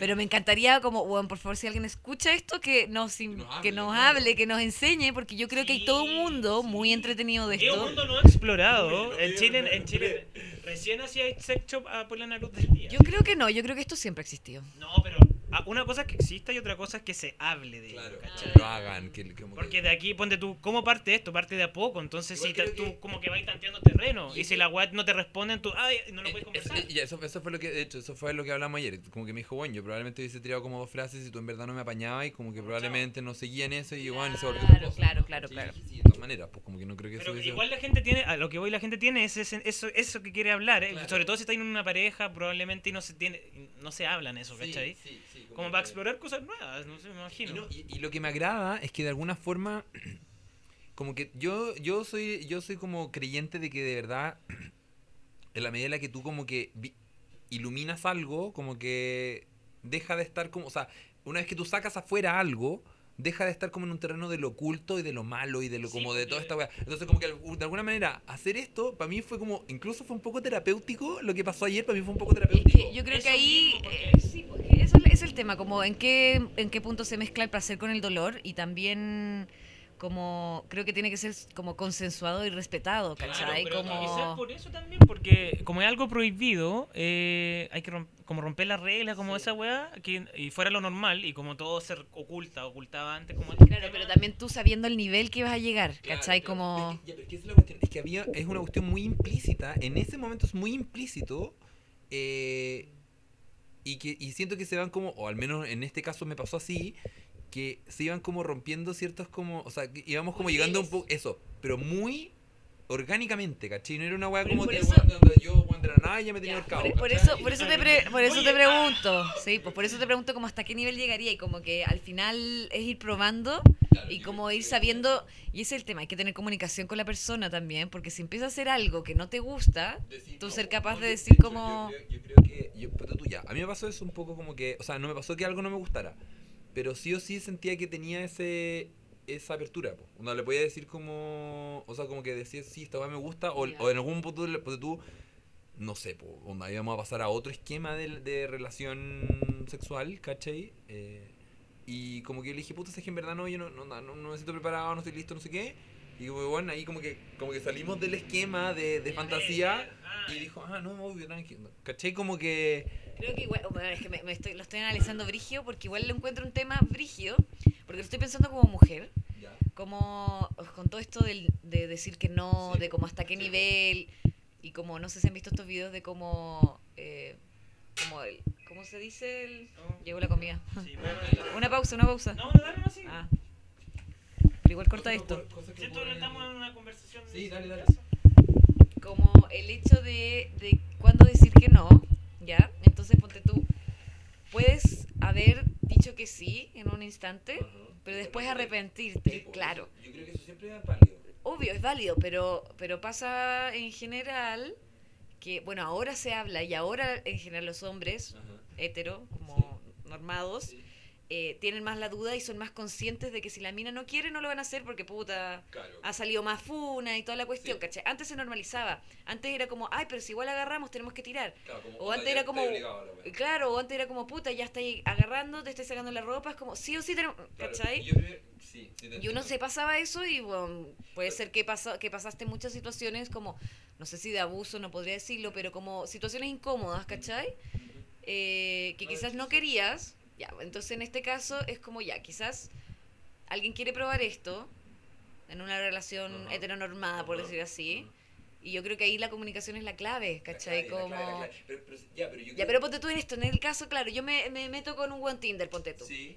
S2: pero me encantaría como, bueno, por favor, si alguien escucha esto, que nos, in-
S4: Que nos
S2: que
S4: hable,
S2: nos
S4: claro.
S2: hable, que nos enseñe, porque yo creo que hay todo un mundo muy entretenido de
S3: Es un
S2: esto.
S3: mundo no explorado.
S4: Oye,
S3: En
S4: no,
S3: Chile,
S4: no,
S3: en
S4: no,
S3: Chile recién hacía sex shop a por la luz del día.
S2: Yo creo que no, yo creo que esto siempre ha existido.
S3: No, pero ah, una cosa es que exista y otra cosa es que se hable de
S4: Claro,
S3: ello,
S4: Eh, que
S2: Ah.
S3: ¿cachai?
S4: lo hagan. Que, que como que-
S3: Porque de aquí, ponte tú, ¿cómo parte esto? Parte de a poco. Entonces,
S4: Igual
S3: si ta-
S4: creo
S3: tú
S4: que-
S3: como que vas tanteando terreno
S4: Y
S3: y
S4: es
S3: si
S4: que-
S3: la web no te responden, tú, ay, no lo
S4: Eh,
S3: puedes
S4: eso,
S3: conversar.
S4: eh, ya, eso, eso fue lo que, de hecho, eso fue lo que hablamos ayer. Como que me dijo, bueno, yo probablemente hubiese tirado como dos frases y tú en verdad no me apañabas y como que probablemente no seguía en eso y bueno, se volvió otra
S2: Claro,
S4: cosa,
S2: claro,
S4: ¿no?
S2: claro,
S4: Sí,
S2: claro.
S4: Sí, de todas maneras, pues como que no creo que eso
S3: Pero
S4: hubiese-
S3: igual la gente tiene, a lo que voy la gente tiene es ese- eso, eso que quiere hablar, ¿eh?
S4: Claro.
S3: sobre todo si está en una pareja, probablemente y no se tiene, no se hablan eso,
S4: Sí,
S3: ¿cachai?
S4: sí, sí,
S3: Como para
S4: que-
S3: explorar cosas nuevas, no sé, me
S4: Y,
S3: imagino.
S4: no- y- y lo que me agrada es que de alguna forma, *clears throat* como que yo, yo soy, yo soy como creyente de que de verdad, *clears throat* en la medida en la que tú como que vi- iluminas algo, como que deja de estar como, o sea, una vez que tú sacas afuera algo, deja de estar como en un terreno de lo oculto y de lo malo y de lo
S3: Sí,
S4: como de
S3: porque-
S4: toda esta weá. Entonces como que al- de alguna manera hacer esto para mí fue como, incluso fue un poco terapéutico, lo que pasó ayer para mí fue un poco
S2: Es
S4: terapéutico.
S2: que yo creo
S3: Eso
S2: que ahí
S3: mismo, porque-
S2: eh, sí, porque eso es el tema, como en qué en qué punto se mezcla el placer con el dolor y también como creo que tiene que ser como consensuado y respetado, ¿cachai?
S3: pero quizás
S2: como
S3: por eso también, porque como es algo prohibido, eh, hay que romp- como romper las reglas, como esa weá, que, y fuera lo normal, y como todo se oculta, ocultaba antes, como
S2: Claro, pero también tú sabiendo el nivel que vas a llegar,
S4: Claro,
S2: ¿cachai?
S4: claro.
S2: Como
S4: Es que- ya, pero es que esa es la cuestión, es que había, es una cuestión muy implícita, en ese momento es muy implícito, eh, y, que, y siento que se van como, o al menos en este caso me pasó así, que se iban como rompiendo ciertos como, o sea, que íbamos como llegando a un poco, eso, pero muy orgánicamente, ¿cachai? No era una weá
S2: Pero
S4: como
S2: por
S4: de
S2: eso-
S4: weón, donde yo, weón, de la nada ya me tenía ahorcado.
S2: por, por eso,
S4: ¿cachai? ah.
S2: por eso te pre- por eso te pregunto, sí, pues por eso te pregunto como hasta qué nivel llegaría y como que al final es ir probando
S4: Claro,
S2: Y
S4: yo
S2: como
S4: creo
S2: ir
S4: que-
S2: sabiendo, y ese es el tema, hay que tener comunicación con la persona también, porque si empieza a hacer algo que no te gusta,
S4: decir,
S2: tú
S4: no,
S2: ser
S4: no,
S2: capaz
S4: yo-
S2: de decir
S4: hecho,
S2: como-
S4: Yo creo, yo creo que... Yo, pero tú ya, a mí me pasó eso un poco como que... O sea, no me pasó que algo no me gustara. Pero sí o sí sentía que tenía ese esa apertura. po. No le podía decir como... O sea, como que decía, sí, esta weá me gusta. O,
S2: Ya.
S4: o en algún punto le- ponte tú... No sé, po, onda, íbamos a pasar a otro esquema de, de relación sexual, ¿cachai? Eh, y como que le dije, puta, es que en verdad no, yo no, no, no, no me siento preparado, no estoy listo, no sé qué. Y bueno, ahí como que, como que salimos del esquema de, de fantasía. Y dijo, ah, no, obvio, tranquilo. ¿Cachai? Como que.
S2: creo que igual, bueno, es que me, me estoy, lo estoy analizando brigio, porque igual lo encuentro un tema brigio, porque lo estoy pensando como mujer, como con todo esto del- de decir que no,
S4: Sí,
S2: de como hasta qué
S4: sí.
S2: nivel, y como no sé si han visto estos videos de como, eh, como el, ¿cómo se dice? El, llegó
S4: *laughs*
S2: la comida.
S3: Sí, *laughs* bueno,
S2: Una pausa, una pausa.
S3: no, no, dale, no, sí.
S2: Ah. Pero igual corta esto.
S3: Siento que estamos en una conversación.
S4: Sí, dale, dale.
S2: como el hecho de, de cuándo decir que no, ¿ya? Entonces ponte tú, puedes haber dicho que sí en un instante, pero después arrepentirte, claro.
S4: pues, Yo creo que eso siempre es válido.
S2: Obvio, es válido, pero, pero pasa en general que, bueno, ahora se habla y ahora en general los hombres
S4: Ajá.
S2: hetero, como normados, eh, tienen más la duda y son más conscientes de que si la mina no quiere no lo van a hacer porque puta
S4: Claro.
S2: ha salido más funa y toda la cuestión,
S4: Sí.
S2: ¿cachai? Antes se normalizaba. Antes era como, ay, pero si igual agarramos, tenemos que tirar.
S4: Claro, como-
S2: o
S4: onda,
S2: antes
S4: ya
S2: era
S4: estoy
S2: como-
S4: obligado a la wea.
S2: Y Claro, o antes era como, puta, ya estáis agarrando, te estáis sacando la ropa, es como, sí o sí tenemos,
S4: Claro,
S2: ¿cachai?
S4: y yo creo- sí, sí te
S2: Y uno
S4: entiendo.
S2: se pasaba eso y bueno, puede ser que, pasa, que pasaste muchas situaciones como, no sé si de abuso, no podría decirlo, pero como situaciones incómodas, ¿cachai? Eh, que
S4: Claro,
S2: quizás
S4: sí,
S2: no
S4: sí.
S2: querías. Ya, entonces en este caso es como ya, quizás alguien quiere probar esto en una relación
S4: Ajá.
S2: heteronormada, por
S4: Ajá.
S2: decir así.
S4: Ajá.
S2: Y yo creo que ahí la comunicación es la clave,
S4: La
S2: ¿cachai?
S4: clave, la
S2: como...
S4: clave, la clave. Pero- pero- ya, pero yo
S2: Ya,
S4: creo-
S2: pero ponte tú en esto, en el caso, claro, yo me, me meto con un buen Tinder, ponte tú.
S4: Sí.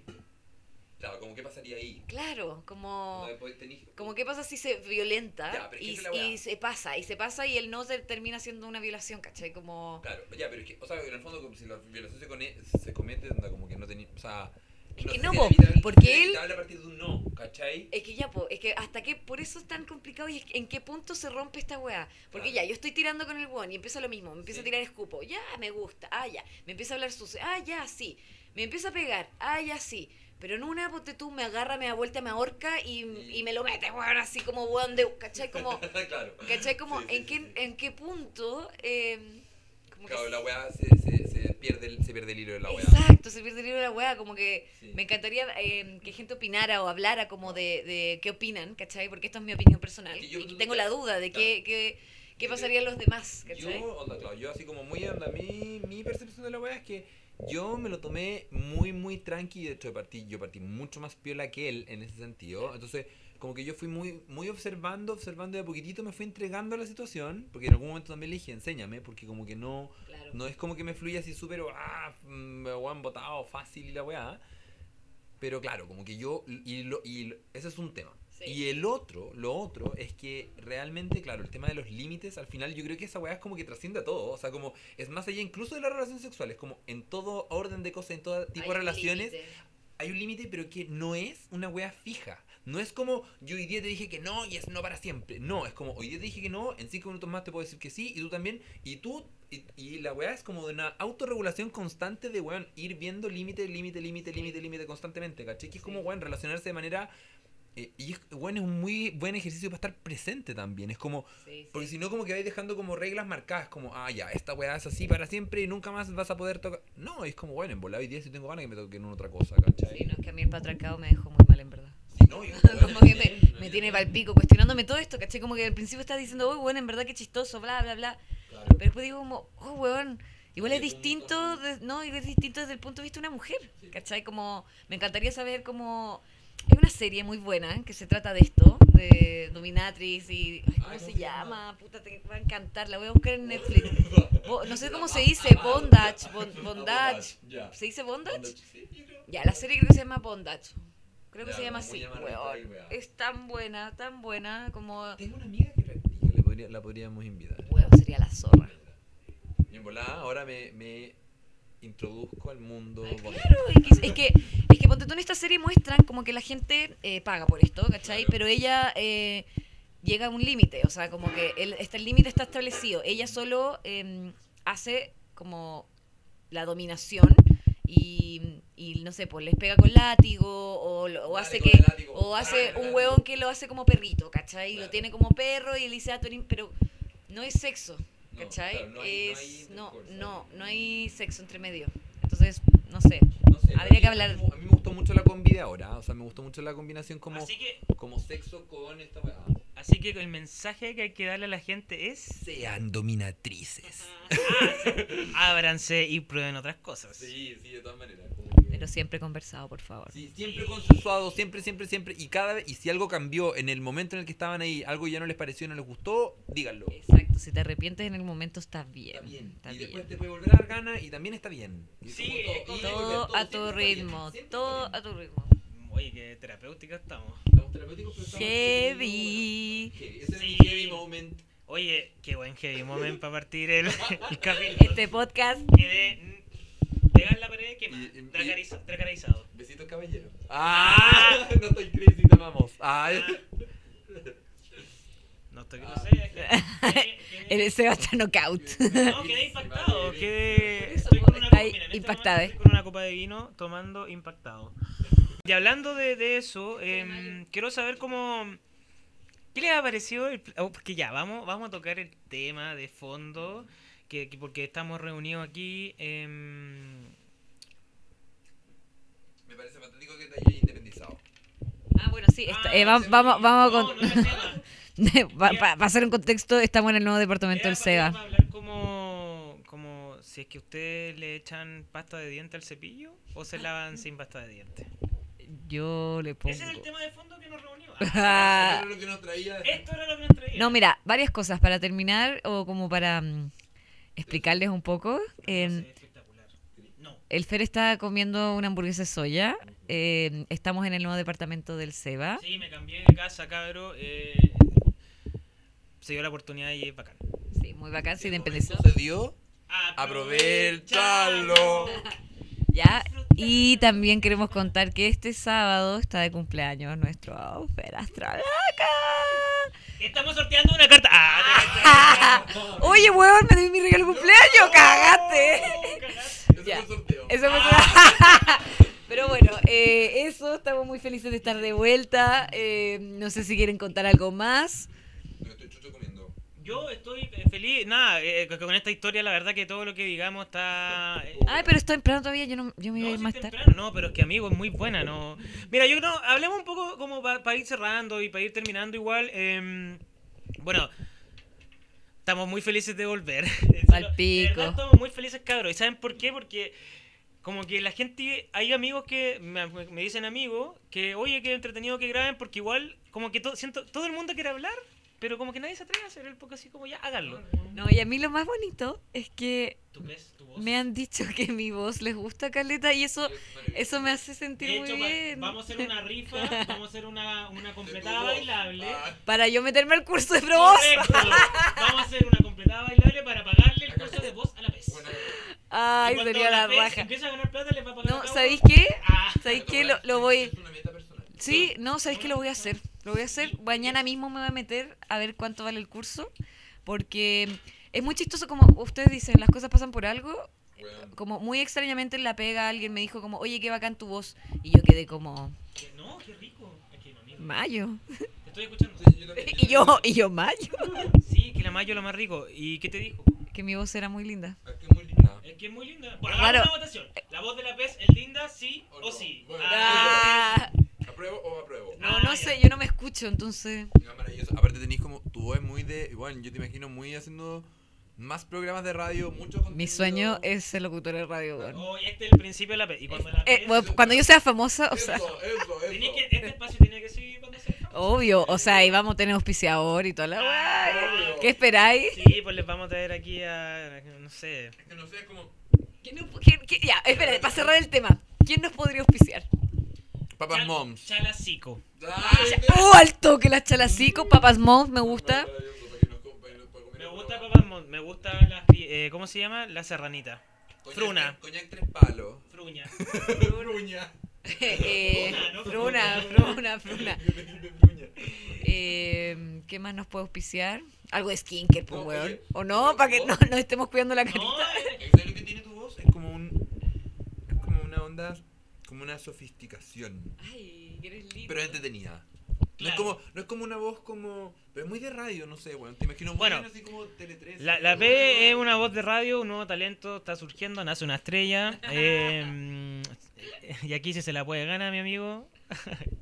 S4: Claro, como qué pasaría ahí.
S2: Claro, como...
S4: Onda, después tenés-
S2: Como qué pasa si se violenta
S4: Ya, pero es que
S2: y,
S4: esa es la weá.
S2: y se pasa, y se pasa y el no se termina siendo una violación, ¿cachai? Como...
S4: Claro, ya, pero es que, o sea, en el fondo, como si la violación se, cone- se comete, onda, como que no tenía, o sea...
S2: Es que
S4: sé,
S2: no,
S4: es
S2: po,
S4: inevitable-
S2: porque
S4: es
S2: él-
S4: inevitable a partir de un no, ¿cachai? *laughs*
S2: Es que ya, po, es que hasta qué, por eso es tan complicado y es que en qué punto se rompe esta weá. Porque
S4: Claro.
S2: ya, yo estoy tirando con el weón y empieza lo mismo, me empieza
S4: Sí.
S2: a tirar escupo, ya, me gusta, ah, ya, me empieza a hablar sucio, ah, ya, sí, me empieza a pegar, ah, ya, sí. Pero en una, ponte tú, me agarra, me da vuelta, me ahorca y,
S4: Y-
S2: y me lo mete, weón, así como weón de... ¿Cachai? Como...
S4: *laughs* claro.
S2: ¿Cachai? Como,
S4: Sí, sí, sí,
S2: ¿en, qué,
S4: sí.
S2: ¿en qué punto? eh, como que
S4: Claro, la
S2: se-
S4: weá se, se, se, pierde, el- se pierde el hilo de la weá.
S2: Exacto, se pierde el libro de la weá, como que
S4: Sí.
S2: me encantaría eh, que gente opinara o hablara como de, de qué opinan, ¿cachai? Porque esto es mi opinión personal.
S4: Y yo-
S2: y tengo la duda de qué, qué- ¿Qué pasarían los demás? Pues, ¿Cachai?
S4: Yo, onda, claro, yo así como muy onda, mi, mi percepción de la weá es que yo me lo tomé muy, muy tranqui. De hecho, yo partí, yo partí mucho más piola que él en ese sentido. Entonces, como que yo fui muy, muy observando, observando de a poquitito, me fui entregando a la situación. Porque en algún momento también le dije, enséñame, porque como que no,
S2: Claro.
S4: no es como que me fluya así súper, ah, mm, weón, botado, fácil y la weá. Pero claro, como que yo, y, lo- y lo- ese es un tema.
S2: Sí.
S4: Y el otro, lo otro, es que realmente, claro, el tema de los límites, al final yo creo que esa weá es como que trasciende a todo. O sea, como es más allá incluso de la relación sexual, es como en todo orden de cosas, en todo tipo de
S2: Hay un
S4: relaciones,
S2: límite.
S4: hay un límite, pero que no es una wea fija. No es como yo hoy día te dije que no y es no para siempre. No, es como hoy día te dije que no, en cinco minutos más te puedo decir que sí y tú también. Y tú, y, y la wea es como de una autorregulación constante de weón, ir viendo límite, límite, límite, límite, límite constantemente, ¿cachai? Que es como
S2: Sí.
S4: weón, relacionarse de manera. eh, y es- weón, es un muy buen ejercicio para estar presente también. Es como
S2: Sí, sí.
S4: porque si no, como que vais dejando como reglas marcadas, como, ah, ya, esta weá es así para siempre y nunca más vas a poder tocar. No, es como, bueno, en volada hoy día si tengo ganas que me toquen otra cosa, ¿cachai?
S2: Sí, no, es que a mí el patriarcado me dejó muy mal, en verdad.
S4: Sí,
S2: *laughs*
S4: no, yo-
S2: como que me, me tiene pal pico cuestionándome todo esto, ¿cachai? Como que al principio estaba diciendo, uy, bueno, en verdad que chistoso, bla, bla, bla.
S4: Claro.
S2: Pero después digo como, oh, weón, igual es
S4: Sí, es un
S2: distinto,
S4: montón.
S2: de- ¿no? Y es distinto desde el punto de vista de una mujer, ¿cachai? Como, me encantaría saber cómo... Hay una serie muy buena que se trata de esto, de Dominatrix y... ay, ¿Cómo
S4: Ay,
S2: se
S4: ¿cómo se llama?
S2: llama? Puta, te va a encantar, la voy a buscar en Netflix. Bo- no sé cómo se dice, Bondage, bon- Ah, Bondage.
S4: Ya.
S2: ¿Se dice Bondage?
S4: Sí, yo creo.
S2: Ya, la serie creo que se llama Bondage. Creo que
S4: Ya,
S2: se llama
S4: como
S2: así.
S4: llaman
S2: weón.
S4: ahorita ahí, weá.
S2: Es tan buena, tan buena como.
S4: Tengo una amiga que practica, le podría- la podríamos invitar.
S2: Weón, sería la zorra.
S4: Y en volada, ahora me, me introduzco al mundo.
S2: Ay,
S4: bondage.
S2: Ah, Claro, es que, es que, es que ponte tú en esta serie muestran como que la gente eh, paga por esto, ¿cachai?
S4: Claro.
S2: Pero ella eh, llega a un límite, o sea, como que el, este, el límite está establecido. Ella solo eh, hace como la dominación y, y no sé, pues les pega con látigo o, lo- o
S4: Dale
S2: hace
S4: con
S2: que...
S4: el látigo.
S2: O hace
S4: Dale,
S2: un
S4: dale.
S2: huevón que lo hace como perrito, ¿cachai? Y lo
S4: Claro.
S2: tiene como perro y le dice, ah, tú eres- pero no es sexo,
S4: No,
S2: ¿cachai?
S4: claro, no hay- no hay
S2: es, no,
S4: intercourse.
S2: no, no hay sexo entre medio. Entonces, no sé.
S4: No sé,
S2: Habría que
S4: a mí-
S2: hablar-
S4: A mí me gustó mucho la combi de ahora, o sea, me gustó mucho la combinación
S2: Ah,
S4: como,
S3: Así que,
S4: como sexo con esta weá.
S3: así que el mensaje que hay que darle a la gente es...
S4: Sean dominatrices.
S3: Ah, Ábranse y prueben otras cosas.
S4: Sí, sí, de todas maneras. como que-
S2: Pero siempre conversado, por favor.
S4: Sí, siempre consensuado, siempre, siempre, siempre. Y cada vez, y si algo cambió en el momento en el que estaban ahí, algo ya no les pareció, no les gustó, díganlo.
S2: Exacto, si te arrepientes en el momento, está bien.
S4: Está bien.
S2: está
S4: y
S2: bien.
S4: después te puede volver a dar ganas y también está bien. Y es
S3: Sí,
S4: como
S3: es como
S4: y
S2: Todo
S4: volver,
S2: a
S4: siempre
S2: tu
S4: está bien,
S2: ritmo,
S4: siempre
S2: todo
S4: está
S2: a
S4: bien.
S2: tu ritmo.
S3: Oye, qué terapéutica estamos.
S4: Estamos terapéuticos, pero estamos
S2: Heavy.
S4: heavy, bueno. Heavy. Ese es mi
S3: Sí.
S4: heavy moment.
S3: Oye, qué buen heavy moment para partir *laughs* el, el capítulo.
S2: Este podcast,
S3: Quedé pegar la pared que
S4: Y- y-
S3: Dracariza- dracarizado.
S4: Besitos, caballero. ¡Ah! *laughs* No estoy crazy, te amamos. ¡Ah! *laughs*
S3: No estoy, *laughs* no
S4: Ah.
S3: sé. es que- quedé-
S2: el Seba está knockout.
S3: No, quedé impactado. Quedé.
S2: Eso,
S3: Estoy con una
S2: está
S3: copa-
S2: ahí
S3: mira, en este
S2: impactada,
S3: momento
S2: eh.
S3: estoy con una copa de vino tomando impactado. Y hablando de, de eso, em, quiero saber cómo. ¿Qué les ha parecido? el pl- oh, porque ya, vamos, vamos a tocar el tema de fondo. Que, que porque estamos reunidos aquí. em,
S4: Me parece fantástico que te hayas independizado.
S2: *laughs* Ah, bueno, sí, está-
S3: ah,
S2: eh, vam-
S3: se me
S2: vamos,
S3: olvidó.
S2: vamos
S3: No,
S2: con...
S3: no era
S2: *laughs*
S3: tema.
S2: Para hacer un contexto, estamos en el nuevo departamento del
S3: Era pa- era
S2: Seba.
S3: pa' hablar como, como si es que ustedes le echan pasta de diente al cepillo o se
S2: *laughs*
S3: lavan sin pasta de diente.
S2: Yo le pongo.
S3: Ese es el tema de fondo que nos reunió.
S2: Ah.
S4: Eso era lo que nos traía.
S3: *laughs* Esto era lo que nos traía.
S2: No, mira, varias cosas para terminar o como para mm, explicarles un poco.
S3: No,
S2: En-
S3: sí, espectacular. No.
S2: el Fer está comiendo una hamburguesa de soya. eh, estamos en el nuevo departamento del Seba.
S3: Sí, me cambié de casa, cabro. eh, se dio la oportunidad y es bacán.
S2: Sí, muy bacán, sí,
S4: Eso
S2: de emprendedor.
S4: se dio. Aprovechalo.
S2: Ya, y también queremos contar que este sábado está de cumpleaños nuestro Fer Astrolaca.
S3: Estamos sorteando una carta. ¡Ah!
S4: *laughs*
S2: Oye, huevón, me di mi regalo de cumpleaños, cagaste.
S3: Oh, cagaste.
S4: Eso fue
S2: Ya.
S4: Este el sorteo.
S2: Eso fue Pero bueno, eh, eso, estamos muy felices de estar de vuelta. eh, no sé si quieren contar algo más.
S4: No, estoy chucho comiendo.
S3: Yo estoy eh, feliz. Nada, eh, con esta historia, la verdad que todo lo que digamos está. eh,
S2: Ay, pero es temprano todavía, yo, no, yo me
S3: No,
S2: voy a ir
S3: sí,
S2: más tarde.
S3: temprano, No, pero es que amigo, es muy buena, no. Mira, yo creo, hablemos un poco como para ir cerrando y para ir terminando igual. em, bueno, estamos muy felices de volver. *laughs*
S2: Pal
S3: De
S2: pico.
S3: verdad, estamos muy felices, cabros. ¿Y saben por qué? Porque como que la gente, hay amigos que me, me dicen amigos, que oye, qué entretenido que graben, porque igual como que to- siento, todo el mundo quiere hablar, pero como que nadie se atreve a hacer el podcast así como ya, háganlo.
S2: No, y a mí lo más bonito es que
S3: ¿Tú ves tu voz?
S2: me han dicho que mi voz les gusta Caleta y eso, eso me hace
S3: De
S2: sentir muy
S3: hecho, va-
S2: bien.
S3: vamos a hacer una rifa, vamos a hacer una, una completada bailable.
S4: Ah,
S5: Ah.
S2: Para yo meterme al curso de voz.
S3: Correcto. Vamos a hacer una completada bailable para pagarle el curso de voz a la vez.
S2: Ay,
S3: Y cuando
S2: sería la
S3: PES
S2: raja.
S3: Empieza a ganar plata, le va a pagar a
S2: No,
S3: cada
S2: ¿sabéis
S3: uno.
S2: qué?
S3: Ah,
S2: ¿Sabéis qué? Lo, lo voy... Sí, no, ¿sabéis qué? Lo voy a hacer. Lo voy a hacer. Mañana mismo me voy a meter a ver cuánto vale el curso. Porque es muy chistoso como ustedes dicen, las cosas pasan por algo. Como muy extrañamente en la pega alguien me dijo como, oye, qué bacán tu voz. Y yo quedé como,
S3: que- no, qué rico. Es que, no, amigo,
S2: mayo. *laughs*
S3: te estoy escuchando.
S2: Y yo, y yo, mayo.
S3: Sí, que la mayo es lo más rico. ¿Y qué te dijo?
S2: Que mi voz era muy linda.
S3: Es que es muy linda. Bueno,
S2: Claro.
S3: hagamos una votación. ¿La voz de la pez es linda, sí
S5: O
S3: o,
S5: no.
S3: sí?
S5: Bueno.
S3: Ah,
S2: Ah,
S5: ¿Apruebo o apruebo?
S2: no, no sé, yo no me escucho, entonces...
S4: No, maravilloso. Aparte tenéis como, tu voz es muy de, bueno, yo te imagino muy haciendo más programas de radio, mucho contenido.
S2: Mi sueño es ser locutora de radio. weón.
S3: Oh, y este es el principio de la pez. Y cuando la
S2: Eh,
S3: pez...
S2: bueno, cuando yo sea famosa, o sea,
S5: Eso, eso,
S3: tenés
S5: eso.
S3: que, este espacio tiene que seguir cuando se...
S2: obvio, o sea, y vamos a tener auspiciador y toda Oh, la
S3: Ah,
S2: weá. ¿Qué esperáis?
S3: Sí, pues les vamos a traer aquí a... no sé...
S5: Es que no sé, es como...
S2: ¿Quién nos- quién- quién- ya, espera, para cerrar el tema, ¿quién nos podría auspiciar?
S4: Papas Moms.
S3: Chalacico.
S5: Ay,
S2: ¡Uh, al toque las chalacico! Papas Moms, me gusta. *laughs*
S5: maravilloso, para que nos compa- y nos- para comer
S3: Me
S5: el
S3: gusta
S5: programa.
S3: Papá Mon- me gusta la... fi- eh, ¿Cómo se llama? La serranita.
S4: Coñac-
S3: Fruna.
S4: Coñac tres palos.
S3: *laughs* Fruña.
S5: Bruña.
S2: Eh, fruna, fruna, fruna. Eh, ¿Qué más nos puede auspiciar? Algo de skincare, pues,
S5: No,
S2: weón.
S5: oye,
S2: ¿O no? Para que no nos estemos cuidando la carita.
S3: No, eh,
S4: ¿Sabes lo que tiene tu voz? Es como un. Es como una onda. Como una sofisticación.
S2: Ay, eres lindo.
S4: Pero es entretenida. No, es
S3: Claro.
S4: como, no es como una voz como. Pero es muy de radio, no sé, bueno. Te imagino muy
S3: Bueno,
S4: bien así como Tele 13,
S3: la, la P es una voz de radio, un nuevo talento, está surgiendo, nace una *laughs* estrella. eh, y aquí si se la puede ganar, mi amigo.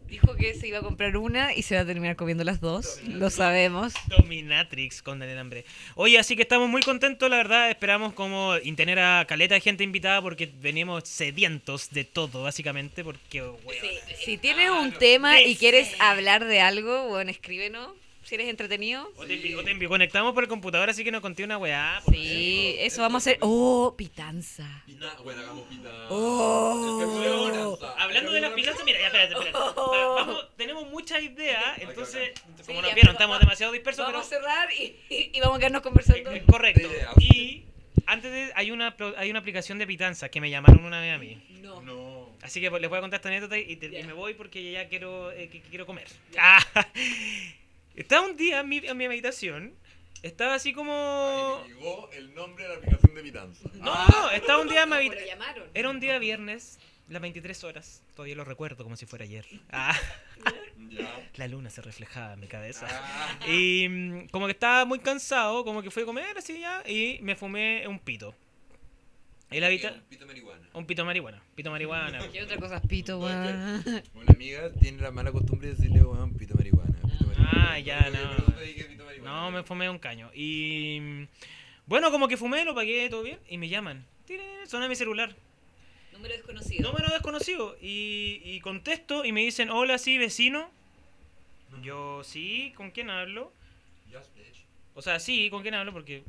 S2: Dijo que se iba a comprar una y se va a terminar comiendo las dos. Lo sabemos.
S3: Dominatrix con el hambre. Oye, así que estamos muy contentos, la verdad. Esperamos como in- tener a caleta de gente invitada porque venimos sedientos de todo, básicamente. Porque, weón.
S2: Si tienes un tema y quieres hablar de algo, bueno, escríbenos. Si eres entretenido.
S3: O te, envi- o te envi- conectamos por el computador, así que nos conté una weá. po.
S2: Sí, eso vamos a hacer. ¡Oh, pitanza!
S5: Pita, bueno, hagamos pita.
S2: ¡Oh!
S5: El campeón de la danza.
S3: Hablando de las finanzas, mira, ya, espérate, espérate. Para- vamos, tenemos muchas ideas,
S5: Ay,
S3: entonces,
S2: Sí,
S3: como nos
S2: ya,
S3: vieron,
S2: pero
S3: estamos
S2: va-
S3: demasiado dispersos,
S2: Vamos
S3: pero
S2: a cerrar y, y- y vamos a
S3: *laughs*
S2: quedarnos conversando.
S3: Eh, Correcto.
S4: De ideas.
S3: Y antes de, hay una pro- hay una aplicación de pitanza que me llamaron una vez a mí.
S2: No.
S5: No.
S3: Así que pues, les voy a contar esta anécdota y, te- y
S2: Ya.
S3: me voy porque ya quiero eh, que- que quiero comer. Ah, *laughs* estaba un día en mi, en mi habitación, estaba así como
S5: Ahí me llegó el nombre de la aplicación de Vitanza.
S3: no, no, no, estaba un día en mi
S2: ¿Cómo lo
S3: habitación.
S2: llamaron?
S3: Era un día viernes, las 23 horas. Todavía lo recuerdo como si fuera ayer. Ah, *laughs*
S5: Ya.
S3: la luna se reflejaba en mi cabeza.
S5: Ah,
S3: Y mm, como que estaba muy cansado, como que fui a comer así ya, y me fumé un pito. El
S4: que
S3: habita
S4: un pito marihuana.
S3: un pito marihuana, pito marihuana.
S2: ¿Qué otra cosa, Pito, weón?
S4: Una amiga tiene la mala costumbre de decirle, weón, pito marihuana. Pito marihuana.
S3: Ah, ya,
S4: Pero
S3: no.
S4: resulta ahí que es pito marihuana.
S3: No, me fumé un caño. Y mm, bueno, como que fumé, lo pagué, todo bien, y me llaman. Tirin, Suena mi celular.
S2: Número desconocido.
S3: Número desconocido. Y, y contesto y me dicen, hola, sí, vecino. Yo, sí, ¿con quién hablo?
S5: just bitch.
S3: O sea, sí, ¿con quién hablo? Porque...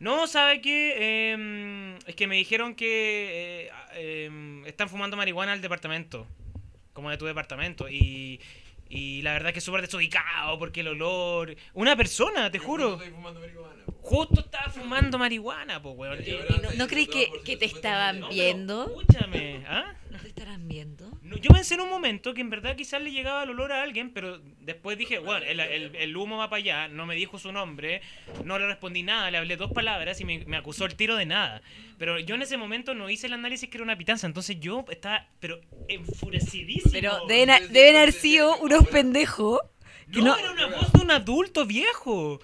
S3: No, ¿sabe qué? Em, es que me dijeron que eh, a- em, están fumando marihuana al departamento. Como de tu departamento. Y, y la verdad es que es súper desubicado porque el olor... Una persona, te
S5: Yo
S3: juro.
S5: Estoy fumando marihuana. po.
S3: Justo estaba fumando marihuana, po, weón.
S5: Ya, ya
S3: Y-
S5: verás,
S2: no-
S5: ahí
S2: no
S5: se
S2: creí
S5: lo
S2: que-
S5: toman por
S2: que te
S5: 150
S2: estaban
S5: millones.
S3: pero
S2: viendo.
S3: Escúchame, ¿ah?
S2: ¿No te estarán viendo?
S3: No, yo pensé en un momento que en verdad quizás le llegaba el olor a alguien, pero después dije, bueno, el, el- el humo va para allá, no me dijo su nombre, no le respondí nada, le hablé dos palabras y me, me acusó el tiro de nada. Pero yo en ese momento no hice el análisis que era una pitanza, entonces yo estaba, pero enfurecidísimo.
S2: Pero
S3: de
S2: deben, ha- deben haber sido unos pendejos. que
S3: no,
S2: no-
S3: era una voz de un adulto viejo.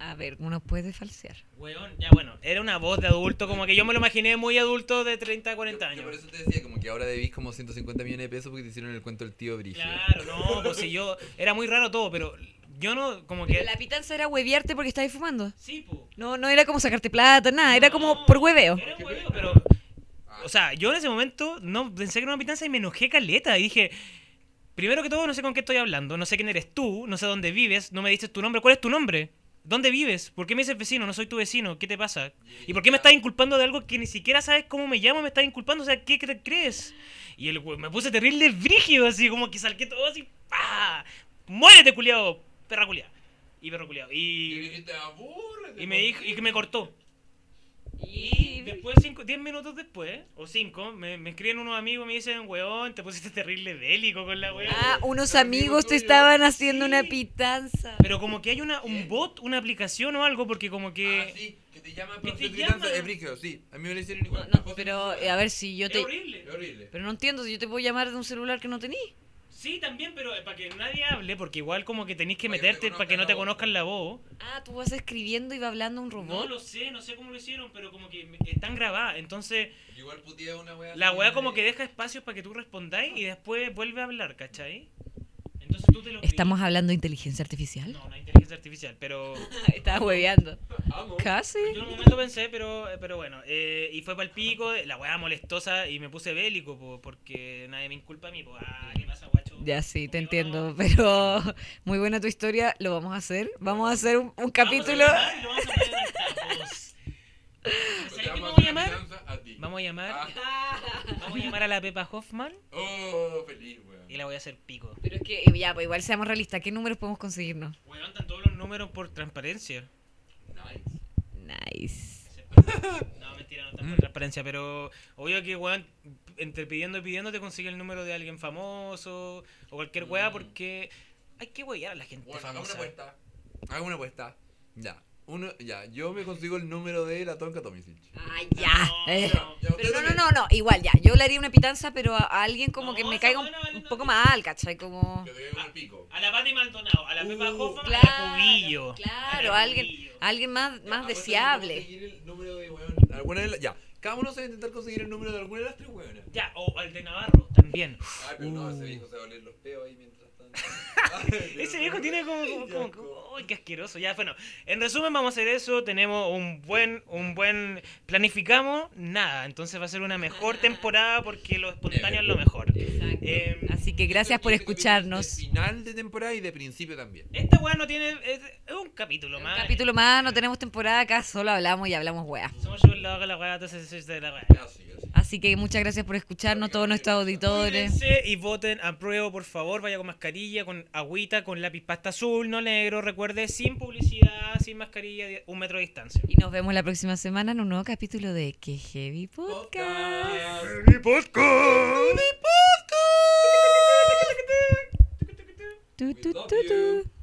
S2: A ver, uno puede falsear.
S3: Weón, ya bueno, era una voz de adulto, como que yo me lo imaginé muy adulto de 30 a 40
S4: Yo
S3: años.
S4: por eso te decía, como que ahora debís como 150 millones de pesos porque te hicieron el cuento del tío Brigio.
S3: Claro, no, pues si yo. Era muy raro todo, pero yo no, como que...
S2: La pitanza era hueviarte porque estabas fumando.
S3: Sí, po.
S2: No, no era como sacarte plata, nada, era como
S3: No,
S2: por hueveo.
S3: Era un hueveo, pero... O sea, yo en ese momento no pensé que era una pitanza y me enojé caleta. Y dije, primero que todo, no sé con qué estoy hablando, no sé quién eres tú, no sé dónde vives, no me dices tu nombre. ¿Cuál es tu nombre? ¿Dónde vives? ¿Por qué me dices vecino? No soy tu vecino. ¿Qué te pasa? ¿Y por qué me estás inculpando de algo que ni siquiera sabes cómo me llamo? ¿Me estás inculpando? O sea, ¿qué te crees? Y el güey- me puse terrible brígido, así como que salqué todo así. ¡Pah! ¡Muérete, culiao! Perra culiao. Y perro culiao.
S5: Y
S3: Y,
S5: dijiste, "Abúrrete,
S3: y me dijo, y que me cortó. Y
S2: Y-
S3: después, 10 minutos después, o 5, me, me escriben unos amigos y me dicen, weón, te pusiste terrible bélico con la weón.
S2: Ah, unos
S5: Un amigo
S2: amigos te
S5: tuyo.
S2: estaban haciendo
S3: Sí.
S2: una pitanza.
S3: Pero como que hay una, un bot, una aplicación o algo, porque como
S5: Ah,
S3: que...
S5: sí, que te llama
S3: que
S5: profe
S3: te
S5: Tritanza,
S3: llama.
S5: es brígido, eh, sí. A mí me lo hicieron igual.
S2: No, pero eh, a ver si yo
S3: es
S2: te...
S3: horrible.
S5: Es horrible.
S2: Pero no entiendo, si yo te puedo llamar de un celular que no tení.
S3: Sí, también, pero eh, para que nadie hable, porque igual como que tenéis que
S5: Para que no te
S3: meterte para que
S5: conozcan
S3: no
S5: la
S3: te
S5: voz.
S3: conozcan la voz.
S2: Ah, tú vas escribiendo y va hablando un
S3: No
S2: robot.
S3: lo sé, no sé cómo lo hicieron, pero como que me- están grabadas. Entonces,
S5: Yo Igual puteé una wea.
S3: la
S5: así
S3: weá como
S5: de-
S3: que deja espacios para que tú respondáis y después vuelve a hablar, ¿cachai? Entonces tú te lo...
S2: ¿Estamos hablando de inteligencia artificial? *laughs*
S3: No, no hay inteligencia artificial, pero...
S2: Estaba hueveando.
S5: Amo.
S2: Casi.
S3: Yo en un momento pensé, pero, pero bueno, eh, y fue para el pico, la weá molestosa y me puse bélico po, porque nadie me inculpa a mí. Po. Ah, ¿qué pasa, guacho?
S2: Ya sí, te
S3: Conmigo no.
S2: entiendo, pero muy buena tu historia, lo vamos a hacer. Vamos a hacer un, un capítulo.
S3: Vamos a llamar y lo vamos a poner en altavoz.
S5: Te
S3: ¿Sabes qué
S5: llama
S3: vamos a llamar?
S5: Tritanza a ti.
S3: Vamos a llamar,
S2: Ah,
S3: vamos a llamar a la Pepa Hoffman
S5: Oh, feliz, weón.
S3: y la voy a hacer pico.
S2: *laughs* Pero es que eh, ya, pues igual seamos realistas, ¿qué números podemos conseguirnos?
S3: Weón, están todos los números por transparencia.
S5: Nice.
S2: Nice.
S3: No, mentira, no están
S2: Mm.
S3: por transparencia, pero obvio que, weón, entre pidiendo y pidiendo te consigue el número de alguien famoso o cualquier
S2: Mm.
S3: weá porque hay que wear a la gente
S5: Bueno, hagamos una
S4: pues,
S3: famosa.
S5: apuesta.
S4: Hago una apuesta. Ya. Uno, ya, yo me consigo el número de la Tonka Tomisic.
S2: Ah, ya.
S3: No,
S2: Eh.
S5: Ya,
S3: no.
S2: Pero
S5: ustedes
S2: no, no,
S5: también.
S2: no, no, igual ya. Yo le haría una pitanza, pero a, a alguien como
S3: No,
S2: que me
S3: esa
S2: caiga un,
S3: buena vale
S2: un
S3: no
S2: poco
S3: te-
S2: mal, ¿cachai? Como.
S5: Que te caiga con el pico.
S3: A la Pati Maldonado, a la Pepa
S5: Uh,
S3: Hoffman, a la Cubillo.
S2: Claro, claro,
S3: a la
S2: alguien,
S3: Cubillo.
S2: alguien más,
S4: Ah,
S5: Ya,
S2: más
S5: apuesta que
S2: deseable.
S5: conseguir el número de weón.
S4: *laughs* Alguna de las. Ya. Cada uno se va a intentar conseguir el número de alguna de las tres weonas.
S3: Ya, o al de Navarro también.
S5: Ay, pero no,
S4: Uh.
S5: ese viejo se va a oler los peos ahí mientras tanto.
S3: Ese viejo tiene como, como, como- como- ¡Uy, qué asqueroso! Ya, bueno, en resumen vamos a hacer eso, tenemos un buen, un buen... Planificamos nada, entonces va a ser una
S2: Ah.
S3: mejor temporada porque lo espontáneo es lo mejor. Eh,
S2: Así que gracias por
S4: De
S2: escucharnos.
S4: final de temporada y de principio también.
S3: Esta weá no tiene... Es, es un capítulo
S2: Un
S3: más.
S2: capítulo más, no tenemos temporada acá, solo hablamos y hablamos weá.
S3: Somos yo el lado de la weá, entonces soy de la weá.
S5: Así, así.
S2: Así que muchas gracias por escucharnos, todos nuestros auditores.
S3: Cuídense y voten a prueba, por favor. Vaya con mascarilla, con agüita, con lápiz pasta azul, no negro. Recuerde, sin publicidad, sin mascarilla, di- un metro de distancia.
S2: Y nos vemos la próxima semana en un nuevo capítulo de Que Heavy Podcast.
S4: ¡Mi podcast!
S2: Tu, tu,
S5: We
S2: tu,
S5: love
S2: tu.
S5: you.